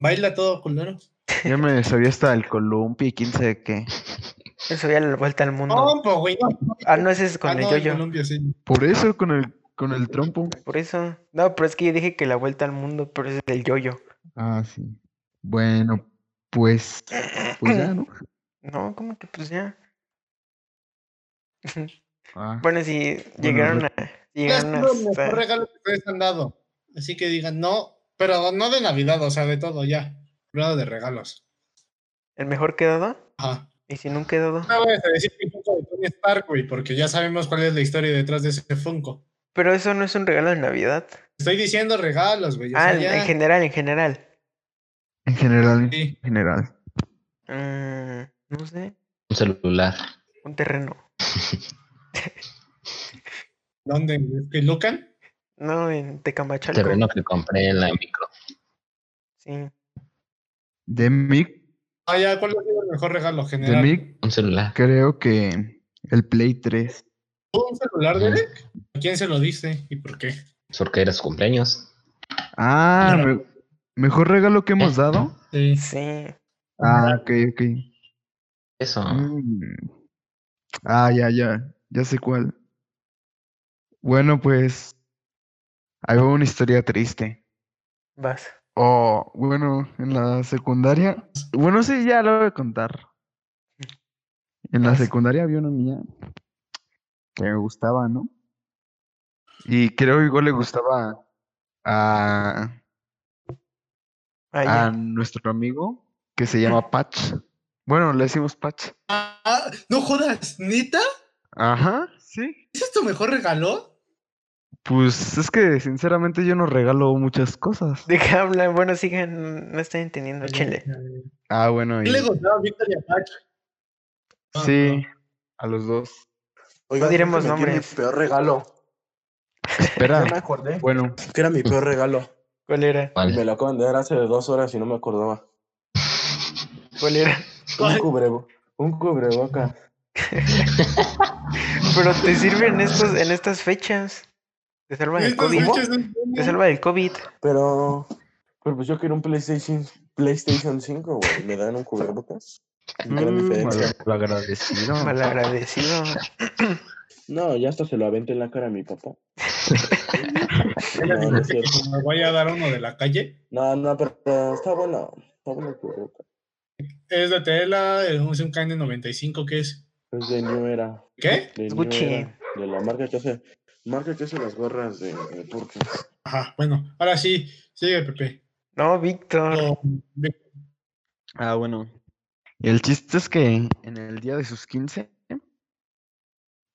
[SPEAKER 1] Baila todo culero.
[SPEAKER 3] Ya me sabía hasta el columpio y quién sabe qué.
[SPEAKER 2] Eso ya la vuelta al mundo.
[SPEAKER 1] Trompo, güey. No.
[SPEAKER 2] Ah, no, ese es Mm. con
[SPEAKER 1] Ah,
[SPEAKER 2] el
[SPEAKER 1] no,
[SPEAKER 2] yoyo.
[SPEAKER 1] Colombia, sí.
[SPEAKER 3] Por eso con el con el trompo.
[SPEAKER 2] Por eso. No, pero es que yo dije que la vuelta al mundo, pero ese es el yoyo.
[SPEAKER 3] Ah, sí. Bueno, pues, pues ya, ¿no?
[SPEAKER 2] No, ¿cómo que pues ya?
[SPEAKER 3] Ah,
[SPEAKER 2] Bueno, si
[SPEAKER 3] Bueno,
[SPEAKER 2] llegaron
[SPEAKER 3] re-
[SPEAKER 2] a. si
[SPEAKER 1] Es
[SPEAKER 2] llegaron
[SPEAKER 1] el mejor
[SPEAKER 2] hasta-
[SPEAKER 1] regalo que ustedes han dado. Así que digan, no, pero no de Navidad, o sea, de todo ya. Regalo de regalos.
[SPEAKER 2] ¿El mejor quedado?
[SPEAKER 1] Ajá.
[SPEAKER 2] ¿Y si nunca he dado?
[SPEAKER 1] No vayas a decir que Funko de Tony Stark, güey, porque ya sabemos cuál es la historia detrás de ese Funko.
[SPEAKER 2] Pero eso no es un regalo de Navidad.
[SPEAKER 1] Estoy diciendo regalos, güey. o sea,
[SPEAKER 2] Ah, en-
[SPEAKER 1] ya.
[SPEAKER 2] en general, en general.
[SPEAKER 3] en general, en
[SPEAKER 1] Sí.
[SPEAKER 3] general.
[SPEAKER 2] Mm, no sé,
[SPEAKER 4] Un celular.
[SPEAKER 2] un terreno.
[SPEAKER 1] ¿Dónde? güey? ¿En Lucan?
[SPEAKER 2] No, en Tecamachalco.
[SPEAKER 4] Terreno que compré en la micro.
[SPEAKER 2] Sí.
[SPEAKER 3] De mí,
[SPEAKER 1] Ah, ya, ¿cuál ha sido el mejor regalo
[SPEAKER 3] de
[SPEAKER 1] general?
[SPEAKER 3] mí
[SPEAKER 4] Un celular.
[SPEAKER 3] creo que el Play 3.
[SPEAKER 1] ¿Un celular,
[SPEAKER 4] Ujú.
[SPEAKER 1] Derek? ¿A quién se lo diste y por qué?
[SPEAKER 4] Porque era su cumpleaños.
[SPEAKER 3] Ah,
[SPEAKER 1] Claro.
[SPEAKER 3] me- mejor regalo que hemos dado.
[SPEAKER 1] Sí.
[SPEAKER 2] Sí.
[SPEAKER 3] Ah, ok, ok.
[SPEAKER 4] Eso.
[SPEAKER 3] Mm. Ah, ya, ya, ya sé cuál. Bueno, pues, hay una historia triste.
[SPEAKER 2] Vas.
[SPEAKER 3] Oh, bueno, en la secundaria. Bueno, sí, ya lo voy a contar. En la
[SPEAKER 2] Vas.
[SPEAKER 3] secundaria había una niña que me gustaba, ¿no? Y creo que igual le gustaba a,
[SPEAKER 2] Ah, ya.
[SPEAKER 3] a nuestro amigo que se llama Patch. Bueno, le decimos Patch.
[SPEAKER 1] Ah, no jodas, ¿neta?
[SPEAKER 3] Ajá, sí.
[SPEAKER 1] ¿Ese es tu mejor regalo?
[SPEAKER 3] Pues es que sinceramente yo no regalo muchas cosas.
[SPEAKER 2] ¿De qué hablan? Bueno, sigan. No estoy entendiendo. Échenle.
[SPEAKER 3] Ah, bueno,
[SPEAKER 1] ¿Qué
[SPEAKER 3] y-
[SPEAKER 1] le gustaba a Víctor y a Pacho? Ah,
[SPEAKER 3] sí, a los dos.
[SPEAKER 5] Oigan, creo
[SPEAKER 2] diremos
[SPEAKER 5] que metí mi
[SPEAKER 2] nombres.
[SPEAKER 5] peor regalo.
[SPEAKER 3] Espera,
[SPEAKER 5] acordé.
[SPEAKER 3] bueno,
[SPEAKER 5] Pues Que era mi peor regalo.
[SPEAKER 2] ¿Cuál era?
[SPEAKER 4] ¿Cuál?
[SPEAKER 5] Me lo acaban de dar hace dos horas y no me acordaba.
[SPEAKER 2] ¿Cuál era?
[SPEAKER 5] Un
[SPEAKER 1] ¿Cuál?
[SPEAKER 5] cubrebo, un cubreboca.
[SPEAKER 2] Pero te sirven estos, en estas fechas. Te salva del
[SPEAKER 1] Estas
[SPEAKER 2] COVID.
[SPEAKER 1] fechas son-
[SPEAKER 2] Te salva del COVID.
[SPEAKER 5] Pero, pero pues yo quiero un PlayStation, PlayStation 5, güey. ¿Me dan un cubrebocas? Mm, Gran diferencia.
[SPEAKER 3] Lo mm, agradecido.
[SPEAKER 2] Malagradecido.
[SPEAKER 5] No, ya hasta se lo aventé en la cara a mi papá. No, no es cierto.
[SPEAKER 1] Me voy a dar uno de la calle.
[SPEAKER 5] No, no, pero, pero está bueno. Está bueno el cubrebocas.
[SPEAKER 1] Es de tela, es un KN95 que es.
[SPEAKER 5] Es de New Era.
[SPEAKER 1] ¿Qué?
[SPEAKER 5] De New
[SPEAKER 2] Gucci.
[SPEAKER 5] Era, de la marca que hace, marca que hace las gorras de, de Turco.
[SPEAKER 1] Ajá, bueno, ahora sí, sigue Pepe.
[SPEAKER 2] No, Víctor.
[SPEAKER 1] No, Vic-
[SPEAKER 3] Ah, bueno. El chiste es que en el día de sus 15,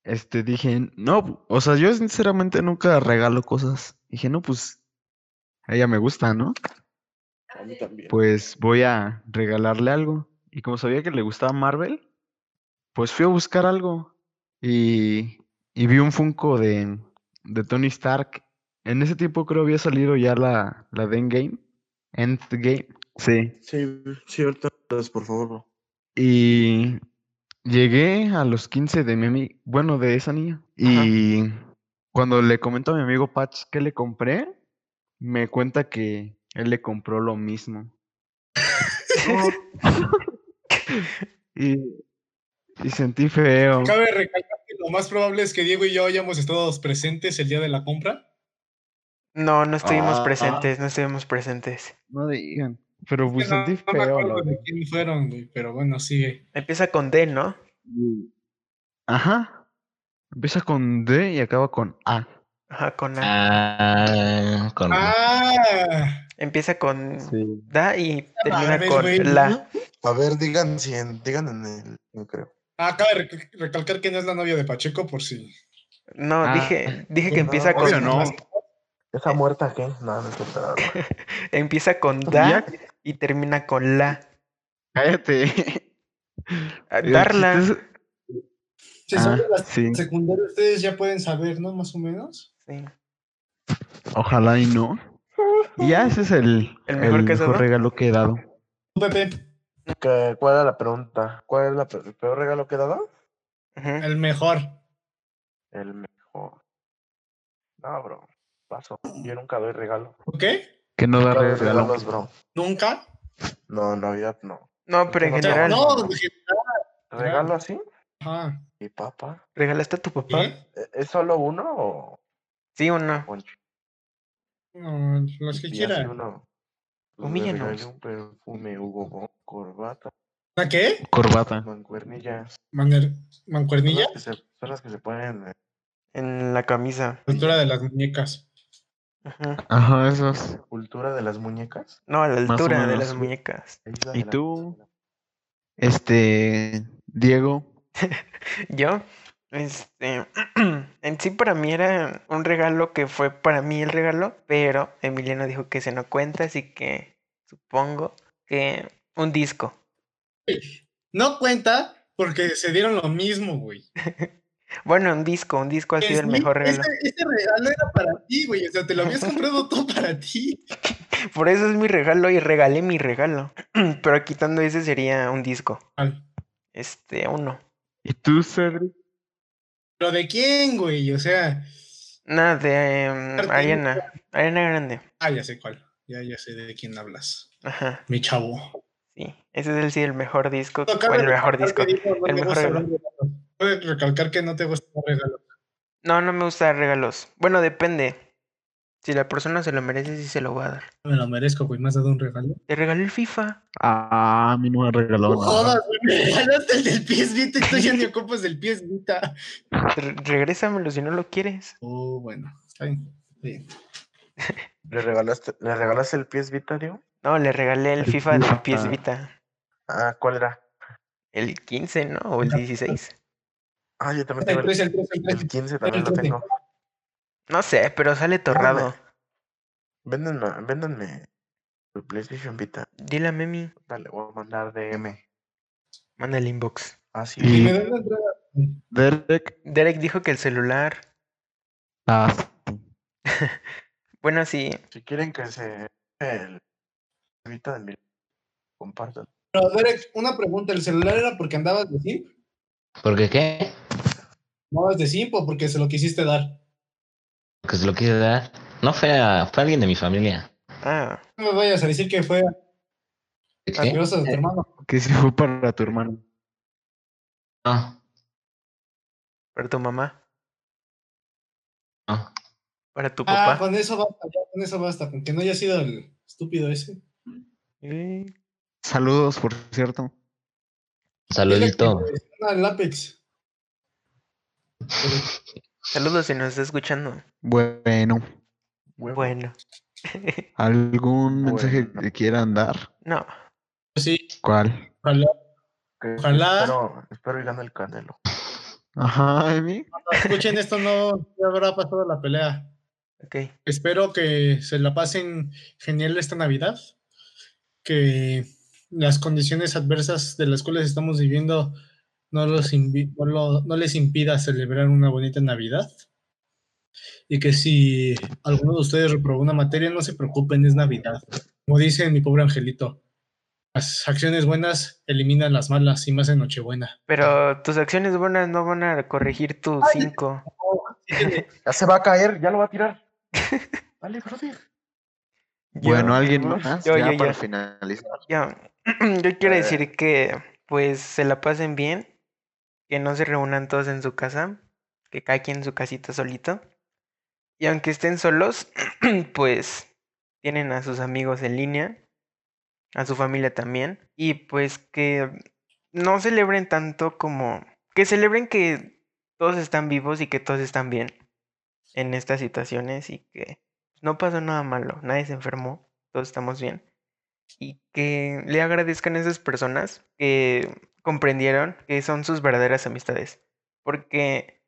[SPEAKER 3] este, dije, no, o sea, yo sinceramente nunca regalo cosas. Dije, no, pues, a ella me gusta, ¿no?
[SPEAKER 5] A mí también.
[SPEAKER 3] Pues voy a regalarle algo. Y como sabía que le gustaba Marvel, pues fui a buscar algo. Y, y vi un Funko de, de Tony Stark. En ese tiempo creo había salido ya la, la de Endgame. Endgame, sí.
[SPEAKER 5] Sí, cierto. Entonces, por favor.
[SPEAKER 3] Y llegué a los 15 de mi amigo, bueno, de esa niña. Y cuando le comento a mi amigo Patch que le compré, me cuenta que él le compró lo mismo. Y, y sentí feo.
[SPEAKER 1] Cabe recalcar que lo más probable es que Diego y yo hayamos estado presentes el día de la compra.
[SPEAKER 2] No, no estuvimos
[SPEAKER 3] Ah.
[SPEAKER 2] presentes, no estuvimos presentes.
[SPEAKER 3] No digan. Pero
[SPEAKER 1] Que
[SPEAKER 3] pues
[SPEAKER 1] No,
[SPEAKER 3] sentí
[SPEAKER 1] no me
[SPEAKER 3] feo, la
[SPEAKER 1] acuerdo
[SPEAKER 3] verdad.
[SPEAKER 1] de quién fueron, güey, pero bueno, sigue.
[SPEAKER 2] Empieza con D, ¿no?
[SPEAKER 3] Y- Ajá. Empieza con D y acaba con A.
[SPEAKER 2] Ajá, con A.
[SPEAKER 4] Ah, con
[SPEAKER 1] Ah,
[SPEAKER 2] Empieza con
[SPEAKER 3] Sí.
[SPEAKER 2] Da y termina
[SPEAKER 1] mames,
[SPEAKER 2] con
[SPEAKER 1] güey,
[SPEAKER 2] La.
[SPEAKER 6] A ver, digan si en, digan en el, no creo.
[SPEAKER 1] ah, cabe rec- recalcar que no es la novia de Pacheco por si.
[SPEAKER 2] No,
[SPEAKER 3] Ah,
[SPEAKER 2] dije, dije que
[SPEAKER 6] no,
[SPEAKER 2] empieza
[SPEAKER 6] obvio
[SPEAKER 2] con
[SPEAKER 3] no.
[SPEAKER 6] ¿Esa muerta qué? No, no es cierto, no, no.
[SPEAKER 2] empieza con
[SPEAKER 3] Ya,
[SPEAKER 2] da y termina con la.
[SPEAKER 3] cállate.
[SPEAKER 2] Ah,
[SPEAKER 3] El
[SPEAKER 2] Darla.
[SPEAKER 3] chiste es-
[SPEAKER 1] Si son
[SPEAKER 3] Ah,
[SPEAKER 1] de las
[SPEAKER 3] sí.
[SPEAKER 1] secundarias, ustedes ya pueden saber, ¿no? Más o menos.
[SPEAKER 2] sí.
[SPEAKER 3] Ojalá y no. Y ya ese es el,
[SPEAKER 2] ¿El mejor casado?
[SPEAKER 3] regalo que he dado.
[SPEAKER 1] Tú, Pepe,
[SPEAKER 6] ¿Qué- ¿Cuál era la pregunta? ¿Cuál es la pe- el peor regalo que he dado?
[SPEAKER 2] Ujú.
[SPEAKER 1] el mejor.
[SPEAKER 6] El mejor. No, bro. Paso. Yo nunca doy regalo.
[SPEAKER 1] ¿Ok?
[SPEAKER 3] Que no da
[SPEAKER 6] Nunca doy
[SPEAKER 3] regalo.
[SPEAKER 6] regalos, bro.
[SPEAKER 1] ¿Nunca?
[SPEAKER 6] No, en Navidad no.
[SPEAKER 2] No, pero en
[SPEAKER 6] O
[SPEAKER 1] O sea,
[SPEAKER 2] general.
[SPEAKER 1] no, dije,
[SPEAKER 6] ¿Regalo así?
[SPEAKER 1] ah,
[SPEAKER 6] Mi papá.
[SPEAKER 2] ¿Regalaste a tu papá?
[SPEAKER 1] ¿qué?
[SPEAKER 6] ¿E- ¿Es solo uno o
[SPEAKER 2] Sí o no.
[SPEAKER 6] poncho?
[SPEAKER 1] No, los que quieran.
[SPEAKER 6] uno. Pues me
[SPEAKER 2] Humíllanos.
[SPEAKER 6] regaló un perfume, Hugo Boss, corbata,
[SPEAKER 1] ¿A qué?
[SPEAKER 3] Corbata.
[SPEAKER 6] mancuernillas.
[SPEAKER 1] Maner-
[SPEAKER 6] Son
[SPEAKER 1] ¿Mancuernilla?
[SPEAKER 6] las, que se, son las que se ponen. eh,
[SPEAKER 2] En la camisa.
[SPEAKER 1] Cultura de las muñecas.
[SPEAKER 2] Ajá.
[SPEAKER 3] Ajá, esos.
[SPEAKER 6] Cultura de las muñecas.
[SPEAKER 2] No, a la
[SPEAKER 3] Más o
[SPEAKER 2] altura de
[SPEAKER 3] menos.
[SPEAKER 2] las muñecas.
[SPEAKER 6] Ahí está
[SPEAKER 3] ¿Y
[SPEAKER 6] de la-
[SPEAKER 3] tú? Este, Diego.
[SPEAKER 2] Yo, este, en sí para mí era un regalo que fue para mí el regalo, pero Emiliano dijo que se no cuenta, así que supongo que un disco.
[SPEAKER 1] No cuenta porque se dieron lo mismo, güey.
[SPEAKER 2] Bueno, un disco, un disco ha sido el
[SPEAKER 1] Sí,
[SPEAKER 2] mejor regalo.
[SPEAKER 1] Este, este regalo era para ti, güey. O sea, te lo habías comprado todo para ti.
[SPEAKER 2] Por eso es mi regalo y regalé mi regalo. Pero quitando ese sería un disco.
[SPEAKER 1] Al-
[SPEAKER 2] Este, uno.
[SPEAKER 3] ¿Y tú, Cedric?
[SPEAKER 1] ¿Pero de quién, güey? O sea,
[SPEAKER 2] Nada, de em,
[SPEAKER 1] Artista.
[SPEAKER 2] Ariana. Ariana Grande.
[SPEAKER 1] ah, ya sé cuál. Ya, ya sé de quién hablas.
[SPEAKER 2] Ajá,
[SPEAKER 1] Mi chavo.
[SPEAKER 2] sí. Ese es el, sí, el mejor disco.
[SPEAKER 1] No,
[SPEAKER 2] o
[SPEAKER 1] cabe
[SPEAKER 2] el mejor disco.
[SPEAKER 1] recalcar que Diego no
[SPEAKER 2] el
[SPEAKER 1] le
[SPEAKER 2] mejor
[SPEAKER 1] gusta
[SPEAKER 2] regalo.
[SPEAKER 1] dar regalos. Puedes recalcar que no te gusta dar regalos.
[SPEAKER 2] No, no me gusta dar regalos. Bueno, depende. Si la persona se lo merece, sí se lo voy a dar.
[SPEAKER 1] Me lo merezco, güey. ¿Me has dado un regalo?
[SPEAKER 2] Te regalé el FIFA.
[SPEAKER 3] Ah, a mí no me regaló
[SPEAKER 1] No
[SPEAKER 3] nada.
[SPEAKER 1] jodas, güey. Me regalaste el del pies Vita y tú ya ni ocupas el pies Vita.
[SPEAKER 2] Re- regrésamelo si no lo quieres.
[SPEAKER 1] Oh, bueno. Está bien. está bien.
[SPEAKER 6] ¿Le regalaste, ¿Le regalaste el pies Vita, Diego?
[SPEAKER 2] No, le regalé el
[SPEAKER 3] El
[SPEAKER 2] FIFA de PS
[SPEAKER 3] FIFA.
[SPEAKER 2] Vita.
[SPEAKER 6] Ah, ¿cuál era?
[SPEAKER 2] El 15, ¿no? O el 16.
[SPEAKER 6] Ah, yo también tengo
[SPEAKER 1] El
[SPEAKER 6] el,
[SPEAKER 1] 13, el 13, el
[SPEAKER 6] el
[SPEAKER 1] 13.
[SPEAKER 6] 15, también lo
[SPEAKER 1] trece.
[SPEAKER 6] tengo.
[SPEAKER 2] No sé, pero sale torrado.
[SPEAKER 6] Véndanme, véndanme el PlayStation Vita.
[SPEAKER 2] Dile a Memi.
[SPEAKER 6] Dale, voy a mandar Ah, DM.
[SPEAKER 2] Manda el inbox.
[SPEAKER 6] Así.
[SPEAKER 1] Y me
[SPEAKER 3] Y-
[SPEAKER 1] das la entrada.
[SPEAKER 3] Derek.
[SPEAKER 2] Derek dijo que el celular.
[SPEAKER 3] Ah,
[SPEAKER 2] Bueno, sí,
[SPEAKER 6] Si quieren que se el evita de mil, compartan.
[SPEAKER 1] Pero, Derek, una pregunta. ¿El celular era porque andabas de simp?
[SPEAKER 4] ¿Por qué qué?
[SPEAKER 1] ¿Andabas de simp o porque se lo quisiste dar?
[SPEAKER 4] Que se lo quise dar. No fue a, fue a alguien de mi familia.
[SPEAKER 2] ah,
[SPEAKER 1] No me vayas a decir que fue
[SPEAKER 4] ¿De ¿Qué?
[SPEAKER 1] asqueroso
[SPEAKER 2] Eh,
[SPEAKER 1] de tu hermano.
[SPEAKER 3] Que si fue para tu hermano.
[SPEAKER 4] No,
[SPEAKER 2] para tu mamá,
[SPEAKER 4] no.
[SPEAKER 2] para tu
[SPEAKER 1] Ah,
[SPEAKER 2] papá.
[SPEAKER 1] con eso basta, ya, con eso basta. Con que no haya sido el estúpido ese.
[SPEAKER 2] Eh,
[SPEAKER 3] Saludos, por cierto.
[SPEAKER 4] Saludito.
[SPEAKER 1] Dile que te suena el Apex.
[SPEAKER 2] Saludos si nos está escuchando.
[SPEAKER 3] Bueno,
[SPEAKER 6] Huevo.
[SPEAKER 2] Bueno,
[SPEAKER 3] ¿algún mensaje
[SPEAKER 6] Bueno.
[SPEAKER 3] que quieran dar?
[SPEAKER 2] no,
[SPEAKER 1] Sí,
[SPEAKER 3] ¿Cuál?
[SPEAKER 1] ojalá.
[SPEAKER 6] que
[SPEAKER 1] Ojalá.
[SPEAKER 6] Espero, espero y gane el canelo.
[SPEAKER 3] Ajá, Emi.
[SPEAKER 1] Cuando escuchen esto, no ya habrá pasado la pelea.
[SPEAKER 2] ok.
[SPEAKER 1] Espero que se la pasen genial esta Navidad, que las condiciones adversas de las cuales estamos viviendo no, los invi- no, lo- no les impida celebrar una bonita Navidad. Y que si alguno de ustedes reprobó una materia, no se preocupen, es Navidad. Como dice mi pobre angelito, las acciones buenas eliminan las malas y más en Nochebuena.
[SPEAKER 2] Pero tus acciones buenas no van a corregir tu 5.
[SPEAKER 6] Ya se va a caer, ya lo va a tirar. Dale, brother.
[SPEAKER 3] Bueno,
[SPEAKER 2] Yo-
[SPEAKER 3] ¿alguien
[SPEAKER 6] yo-
[SPEAKER 3] más?
[SPEAKER 2] yo-
[SPEAKER 3] ya
[SPEAKER 2] yo-
[SPEAKER 3] para
[SPEAKER 2] yo.
[SPEAKER 3] finalizar.
[SPEAKER 2] Yo, yo quiero
[SPEAKER 6] Eh.
[SPEAKER 2] decir que pues se la pasen bien, que no se reúnan todos en su casa, que cada quien en su casita solito. Y aunque estén solos, pues tienen a sus amigos en línea, a su familia también. Y pues que no celebren tanto como... Que celebren que todos están vivos y que todos están bien en estas situaciones y que no pasó nada malo, nadie se enfermó, todos estamos bien y que le agradezcan a esas personas que comprendieron que son sus verdaderas amistades. Porque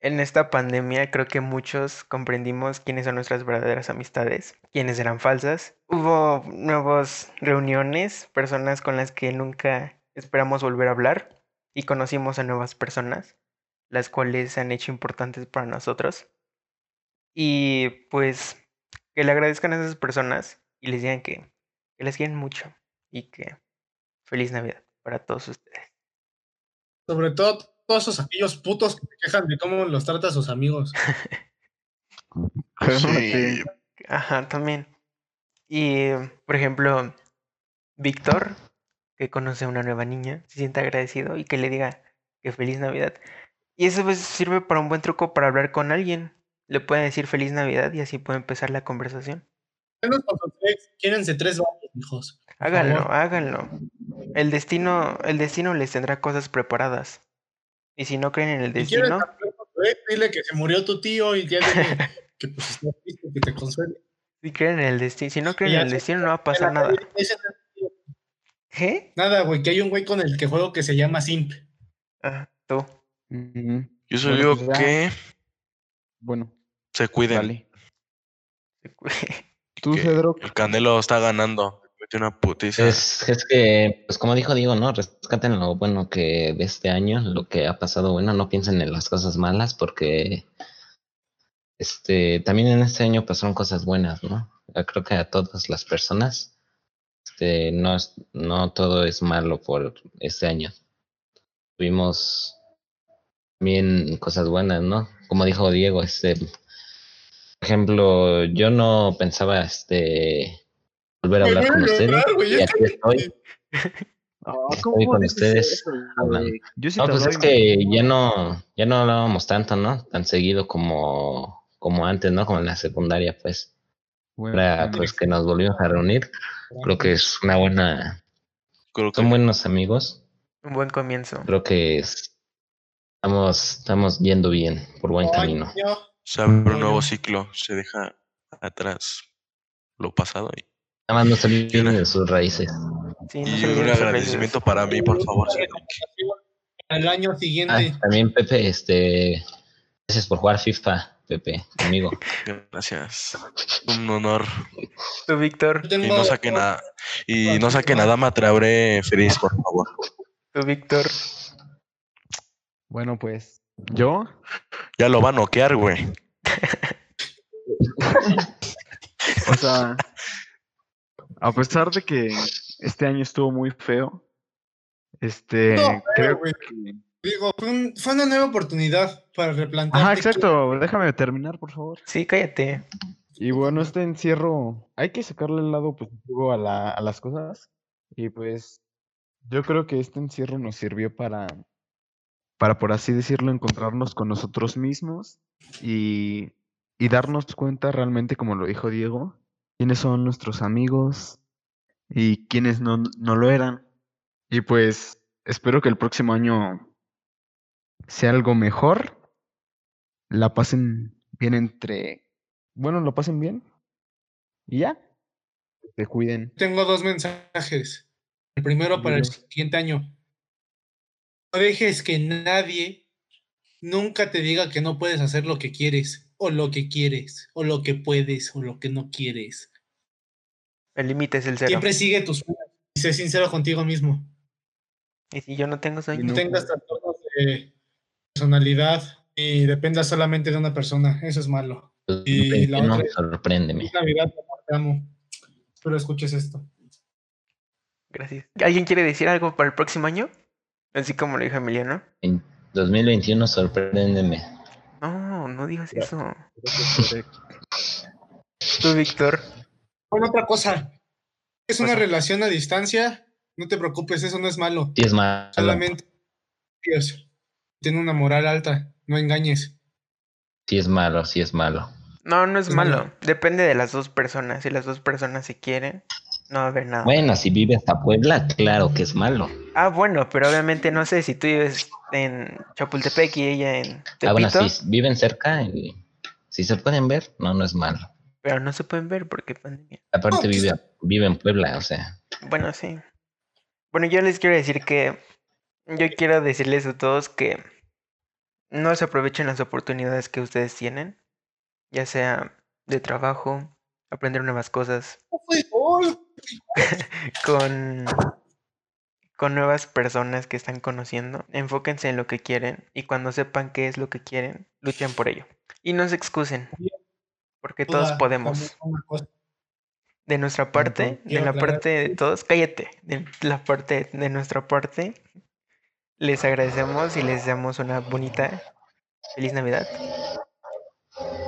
[SPEAKER 2] en esta pandemia creo que muchos comprendimos quiénes son nuestras verdaderas amistades, quiénes eran falsas. Hubo nuevas reuniones, personas con las que nunca esperamos volver a hablar y conocimos a nuevas personas, las cuales se han hecho importantes para nosotros. Y pues que le agradezcan a esas personas y les digan que que les quieren mucho y que feliz Navidad para todos ustedes.
[SPEAKER 1] Sobre todo todos esos aquellos putos que se quejan de cómo los trata sus amigos.
[SPEAKER 3] Sí.
[SPEAKER 2] Ajá, también. Y, por ejemplo, Víctor, que conoce a una nueva niña, se siente agradecido y que le diga que feliz Navidad. Y eso pues, sirve para un buen truco para hablar con alguien. Le pueden decir feliz Navidad y así puede empezar la conversación.
[SPEAKER 1] Menos con sus ex, quiérense tres vatos, hijos. por
[SPEAKER 2] Háganlo,
[SPEAKER 1] favor.
[SPEAKER 2] háganlo. El destino, el destino les tendrá cosas preparadas. Y si no creen en el
[SPEAKER 1] Si quieres
[SPEAKER 2] destino,
[SPEAKER 1] hablar con tu ex, dile que se murió tu tío y ya dile que pues está triste, que te consuele.
[SPEAKER 2] si creen en el destino, si no creen
[SPEAKER 1] ya
[SPEAKER 2] en el
[SPEAKER 1] se-
[SPEAKER 2] destino no va a pasar
[SPEAKER 1] En la
[SPEAKER 2] nada.
[SPEAKER 1] calle dicen,
[SPEAKER 2] ¿Qué?
[SPEAKER 1] Nada, güey, que hay un güey con el que juego que se llama Simp.
[SPEAKER 2] Ah, tú.
[SPEAKER 3] Ujú.
[SPEAKER 7] Yo solo
[SPEAKER 3] Bueno,
[SPEAKER 7] digo
[SPEAKER 3] pues ya.
[SPEAKER 7] que
[SPEAKER 3] Bueno,
[SPEAKER 7] se cuiden.
[SPEAKER 3] dale.
[SPEAKER 7] y
[SPEAKER 3] Tú,
[SPEAKER 7] que
[SPEAKER 3] Cedro,
[SPEAKER 7] el Canelo está ganando. Mete una putiza.
[SPEAKER 4] Es, es que, pues como dijo Diego, ¿no? Rescaten lo bueno que de este año, lo que ha pasado bueno, no piensen en las cosas malas porque este también en este año pasaron cosas buenas, ¿no? Yo creo que a todas las personas este, no, es- no todo es malo por este año. Tuvimos también cosas buenas, ¿no? Como dijo Diego, este, por ejemplo, yo no pensaba este volver a
[SPEAKER 1] Me
[SPEAKER 4] hablar
[SPEAKER 1] voy a
[SPEAKER 4] con ustedes.
[SPEAKER 1] llorar, güey.
[SPEAKER 4] Y
[SPEAKER 1] ya
[SPEAKER 4] aquí estoy. Ah, ¿cómo con dices ustedes, eso, hablan? güey?
[SPEAKER 3] Yo sí
[SPEAKER 4] No, pues es que ya no, ya no hablábamos tanto, ¿no? Tan seguido como, como antes, ¿no? Como en la secundaria, pues. Ahora, pues que nos volvimos a reunir, creo que es una buena,
[SPEAKER 7] Creo que
[SPEAKER 4] son buenos amigos,
[SPEAKER 2] Un buen comienzo.
[SPEAKER 4] creo que es- estamos, estamos yendo bien, por buen camino.
[SPEAKER 1] Coño,
[SPEAKER 7] se abre un
[SPEAKER 1] Bueno.
[SPEAKER 7] nuevo ciclo. Se deja atrás lo pasado. Y,
[SPEAKER 4] Nada más no se olviden
[SPEAKER 7] una-
[SPEAKER 4] de sus raíces.
[SPEAKER 2] Sí, no
[SPEAKER 7] y
[SPEAKER 2] se olviden
[SPEAKER 7] un
[SPEAKER 2] sus raíces.
[SPEAKER 7] agradecimiento para mí, por favor.
[SPEAKER 1] Al año
[SPEAKER 4] Ah,
[SPEAKER 1] siguiente.
[SPEAKER 4] también Pepe, este, gracias por jugar FIFA, Pepe, amigo.
[SPEAKER 7] Gracias. Un honor.
[SPEAKER 2] Tú, Víctor,
[SPEAKER 1] Yo tengo-
[SPEAKER 7] Y no saquen nada. Y no saquen nada, me Traoré feliz, por favor.
[SPEAKER 2] tú, Víctor.
[SPEAKER 3] Bueno, pues. ¿Yo?
[SPEAKER 7] Ya lo va a noquear, güey.
[SPEAKER 3] O sea, a pesar de que este año estuvo muy feo, este,
[SPEAKER 1] No,
[SPEAKER 3] creo
[SPEAKER 1] güey.
[SPEAKER 3] que...
[SPEAKER 1] Digo, fue, un- fue una nueva oportunidad para replantear.
[SPEAKER 3] Ajá, exacto, déjame terminar, por favor.
[SPEAKER 2] Sí, cállate.
[SPEAKER 3] Y bueno, este encierro, hay que sacarle el lado positivo a, la- a las cosas. Y pues yo creo que este encierro nos sirvió para, para por así decirlo, encontrarnos con nosotros mismos y, y darnos cuenta realmente, como lo dijo Diego, quiénes son nuestros amigos y quiénes no, no lo eran. Y pues espero que el próximo año sea algo mejor. La pasen bien entre bueno, lo pasen bien. Y ya. Se cuiden.
[SPEAKER 1] Tengo dos mensajes. El primero para el
[SPEAKER 3] Dilos.
[SPEAKER 1] siguiente año. No dejes que nadie nunca te diga que no puedes hacer lo que quieres, o lo que quieres, o lo que puedes, o lo que no quieres.
[SPEAKER 2] El límite es el cero.
[SPEAKER 1] Siempre sigue tus sueños y sé sincero contigo mismo.
[SPEAKER 2] Y si yo no tengo
[SPEAKER 1] Y
[SPEAKER 2] sueño,
[SPEAKER 1] no
[SPEAKER 3] no
[SPEAKER 1] tengas trastornos de personalidad y dependas solamente de una persona. Eso es malo. Y la
[SPEAKER 4] no,
[SPEAKER 1] otra-
[SPEAKER 4] sorpréndeme.
[SPEAKER 1] Feliz Navidad, mi amor, te amo. Pero escuches esto.
[SPEAKER 2] gracias. ¿Alguien quiere decir algo para el próximo año? Así como lo dijo Emiliano.
[SPEAKER 4] En 2021, sorpréndeme.
[SPEAKER 2] No, no digas eso. Tú, Víctor.
[SPEAKER 1] Bueno, otra cosa. Es una
[SPEAKER 2] Cosa.
[SPEAKER 1] relación a distancia. No te preocupes, eso no es malo.
[SPEAKER 4] Sí, es malo.
[SPEAKER 1] Solamente Dios, Ten una moral alta. No engañes.
[SPEAKER 4] Sí, es malo, sí es malo.
[SPEAKER 2] No, no es
[SPEAKER 1] Es malo.
[SPEAKER 2] malo. Depende de las dos personas. Si las dos personas se quieren, no va a haber nada.
[SPEAKER 4] Bueno, si vive hasta Puebla, claro que es malo.
[SPEAKER 2] Ah, bueno, pero obviamente no sé si tú vives en Chapultepec y ella en
[SPEAKER 4] Ah, bueno,
[SPEAKER 2] Tepito,
[SPEAKER 4] si viven cerca, y si se pueden ver, no, no es malo.
[SPEAKER 2] pero no se pueden ver porque pandemia.
[SPEAKER 4] Aparte
[SPEAKER 1] No, pues-
[SPEAKER 4] vive, vive en Puebla, o sea.
[SPEAKER 2] Bueno, sí. Bueno, yo les quiero decir que yo quiero decirles a todos que no se aprovechen las oportunidades que ustedes tienen, ya sea de trabajo, aprender nuevas cosas,
[SPEAKER 1] No fue gol.
[SPEAKER 2] con, con nuevas personas que están conociendo. Enfóquense en lo que quieren y cuando sepan qué es lo que quieren, luchen por ello. Y no se excusen, porque todos
[SPEAKER 1] Duda,
[SPEAKER 2] podemos.
[SPEAKER 1] también una cosa.
[SPEAKER 2] De nuestra parte, de
[SPEAKER 1] quiero
[SPEAKER 2] la
[SPEAKER 1] aclarar-
[SPEAKER 2] parte de todos, cállate, de la parte de nuestra parte, les agradecemos y les damos una bonita feliz Navidad.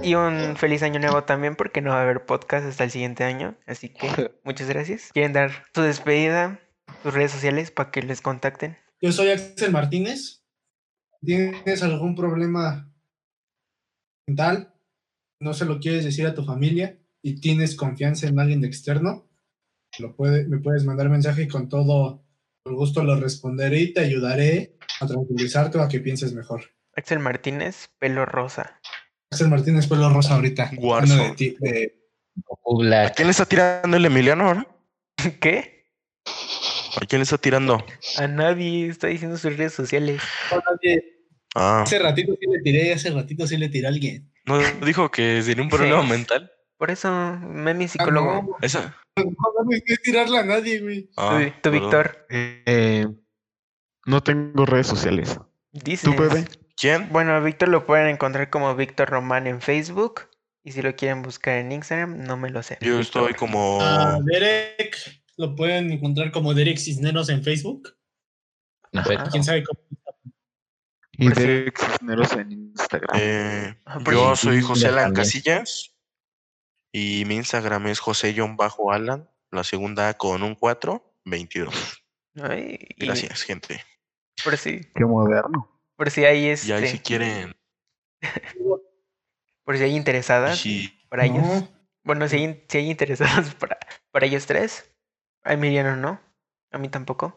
[SPEAKER 2] Y un feliz año nuevo también porque no va a haber podcast hasta el siguiente año. Así que muchas gracias. ¿Quieren dar su despedida, sus redes sociales para que les contacten?
[SPEAKER 1] Yo soy Axel Martínez. ¿Tienes algún problema mental? ¿No se lo quieres decir a tu familia? ¿Y tienes confianza en alguien externo? Lo puede, me puedes mandar mensaje y con todo el gusto lo responderé y te ayudaré a tranquilizarte o a que pienses mejor.
[SPEAKER 2] Axel Martínez, pelo rosa.
[SPEAKER 1] Axel Martínez Pueblo Rosa ahorita.
[SPEAKER 7] Warzone.
[SPEAKER 1] Bueno, de ti- de-
[SPEAKER 4] Puebla,
[SPEAKER 7] ¿A quién le está tirando el Emiliano ahora?
[SPEAKER 2] ¿Qué?
[SPEAKER 7] ¿A quién le está tirando?
[SPEAKER 2] A nadie está diciendo sus redes sociales.
[SPEAKER 7] Ah,
[SPEAKER 1] Hace ratito sí le tiré, hace ratito sí le tiré a alguien.
[SPEAKER 7] ¿no dijo que sería un problema
[SPEAKER 2] Sí.
[SPEAKER 7] mental?
[SPEAKER 2] Por eso, mami
[SPEAKER 1] Ah, no,
[SPEAKER 2] psicólogo.
[SPEAKER 7] Esa.
[SPEAKER 1] no, no me quiero tirarle a nadie, güey.
[SPEAKER 7] Ah,
[SPEAKER 2] Tú- tú,
[SPEAKER 7] perdón.
[SPEAKER 2] Víctor,
[SPEAKER 3] Eh, no tengo redes sociales.
[SPEAKER 2] dices.
[SPEAKER 3] ¿Tú, bebé?
[SPEAKER 7] ¿Quién?
[SPEAKER 2] Bueno, a Víctor lo pueden encontrar como Víctor Román en Facebook. Y si lo quieren buscar en Instagram, no me lo sé.
[SPEAKER 7] Yo
[SPEAKER 2] Víctor.
[SPEAKER 7] estoy como.
[SPEAKER 1] A Ah, Derek lo pueden encontrar como Derek Cisneros en Facebook.
[SPEAKER 4] en efecto.
[SPEAKER 1] Quién sabe cómo.
[SPEAKER 3] Y
[SPEAKER 2] Pues sí.
[SPEAKER 3] Derek Cisneros en Instagram.
[SPEAKER 7] eh,
[SPEAKER 2] Ah, por
[SPEAKER 7] yo
[SPEAKER 4] ejemplo,
[SPEAKER 7] soy
[SPEAKER 4] Tinder
[SPEAKER 7] José Alan
[SPEAKER 4] también.
[SPEAKER 7] Casillas. Y mi Instagram es José John Bajo Alan. La segunda A con un 4, 22.
[SPEAKER 2] Ay, y
[SPEAKER 7] Gracias, gente.
[SPEAKER 2] Por si,
[SPEAKER 3] Qué moderno.
[SPEAKER 2] por si hay
[SPEAKER 7] Y ahí
[SPEAKER 2] este,
[SPEAKER 7] si quieren.
[SPEAKER 2] por si hay interesadas
[SPEAKER 7] si-
[SPEAKER 2] para ellos.
[SPEAKER 1] No,
[SPEAKER 2] Bueno, si hay, si hay interesadas para, para ellos tres. A Emiliano no, a mí tampoco.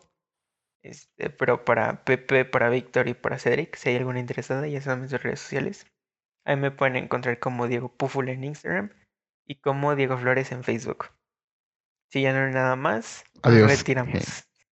[SPEAKER 2] Este, pero para Pepe, para Víctor y para Cedric, si hay alguna interesada, ya saben sus redes sociales. Ahí me pueden encontrar como Diego Puful en Instagram y como Diego Flores en Facebook. Si ya no hay nada más, nos
[SPEAKER 3] Adiós.
[SPEAKER 2] retiramos.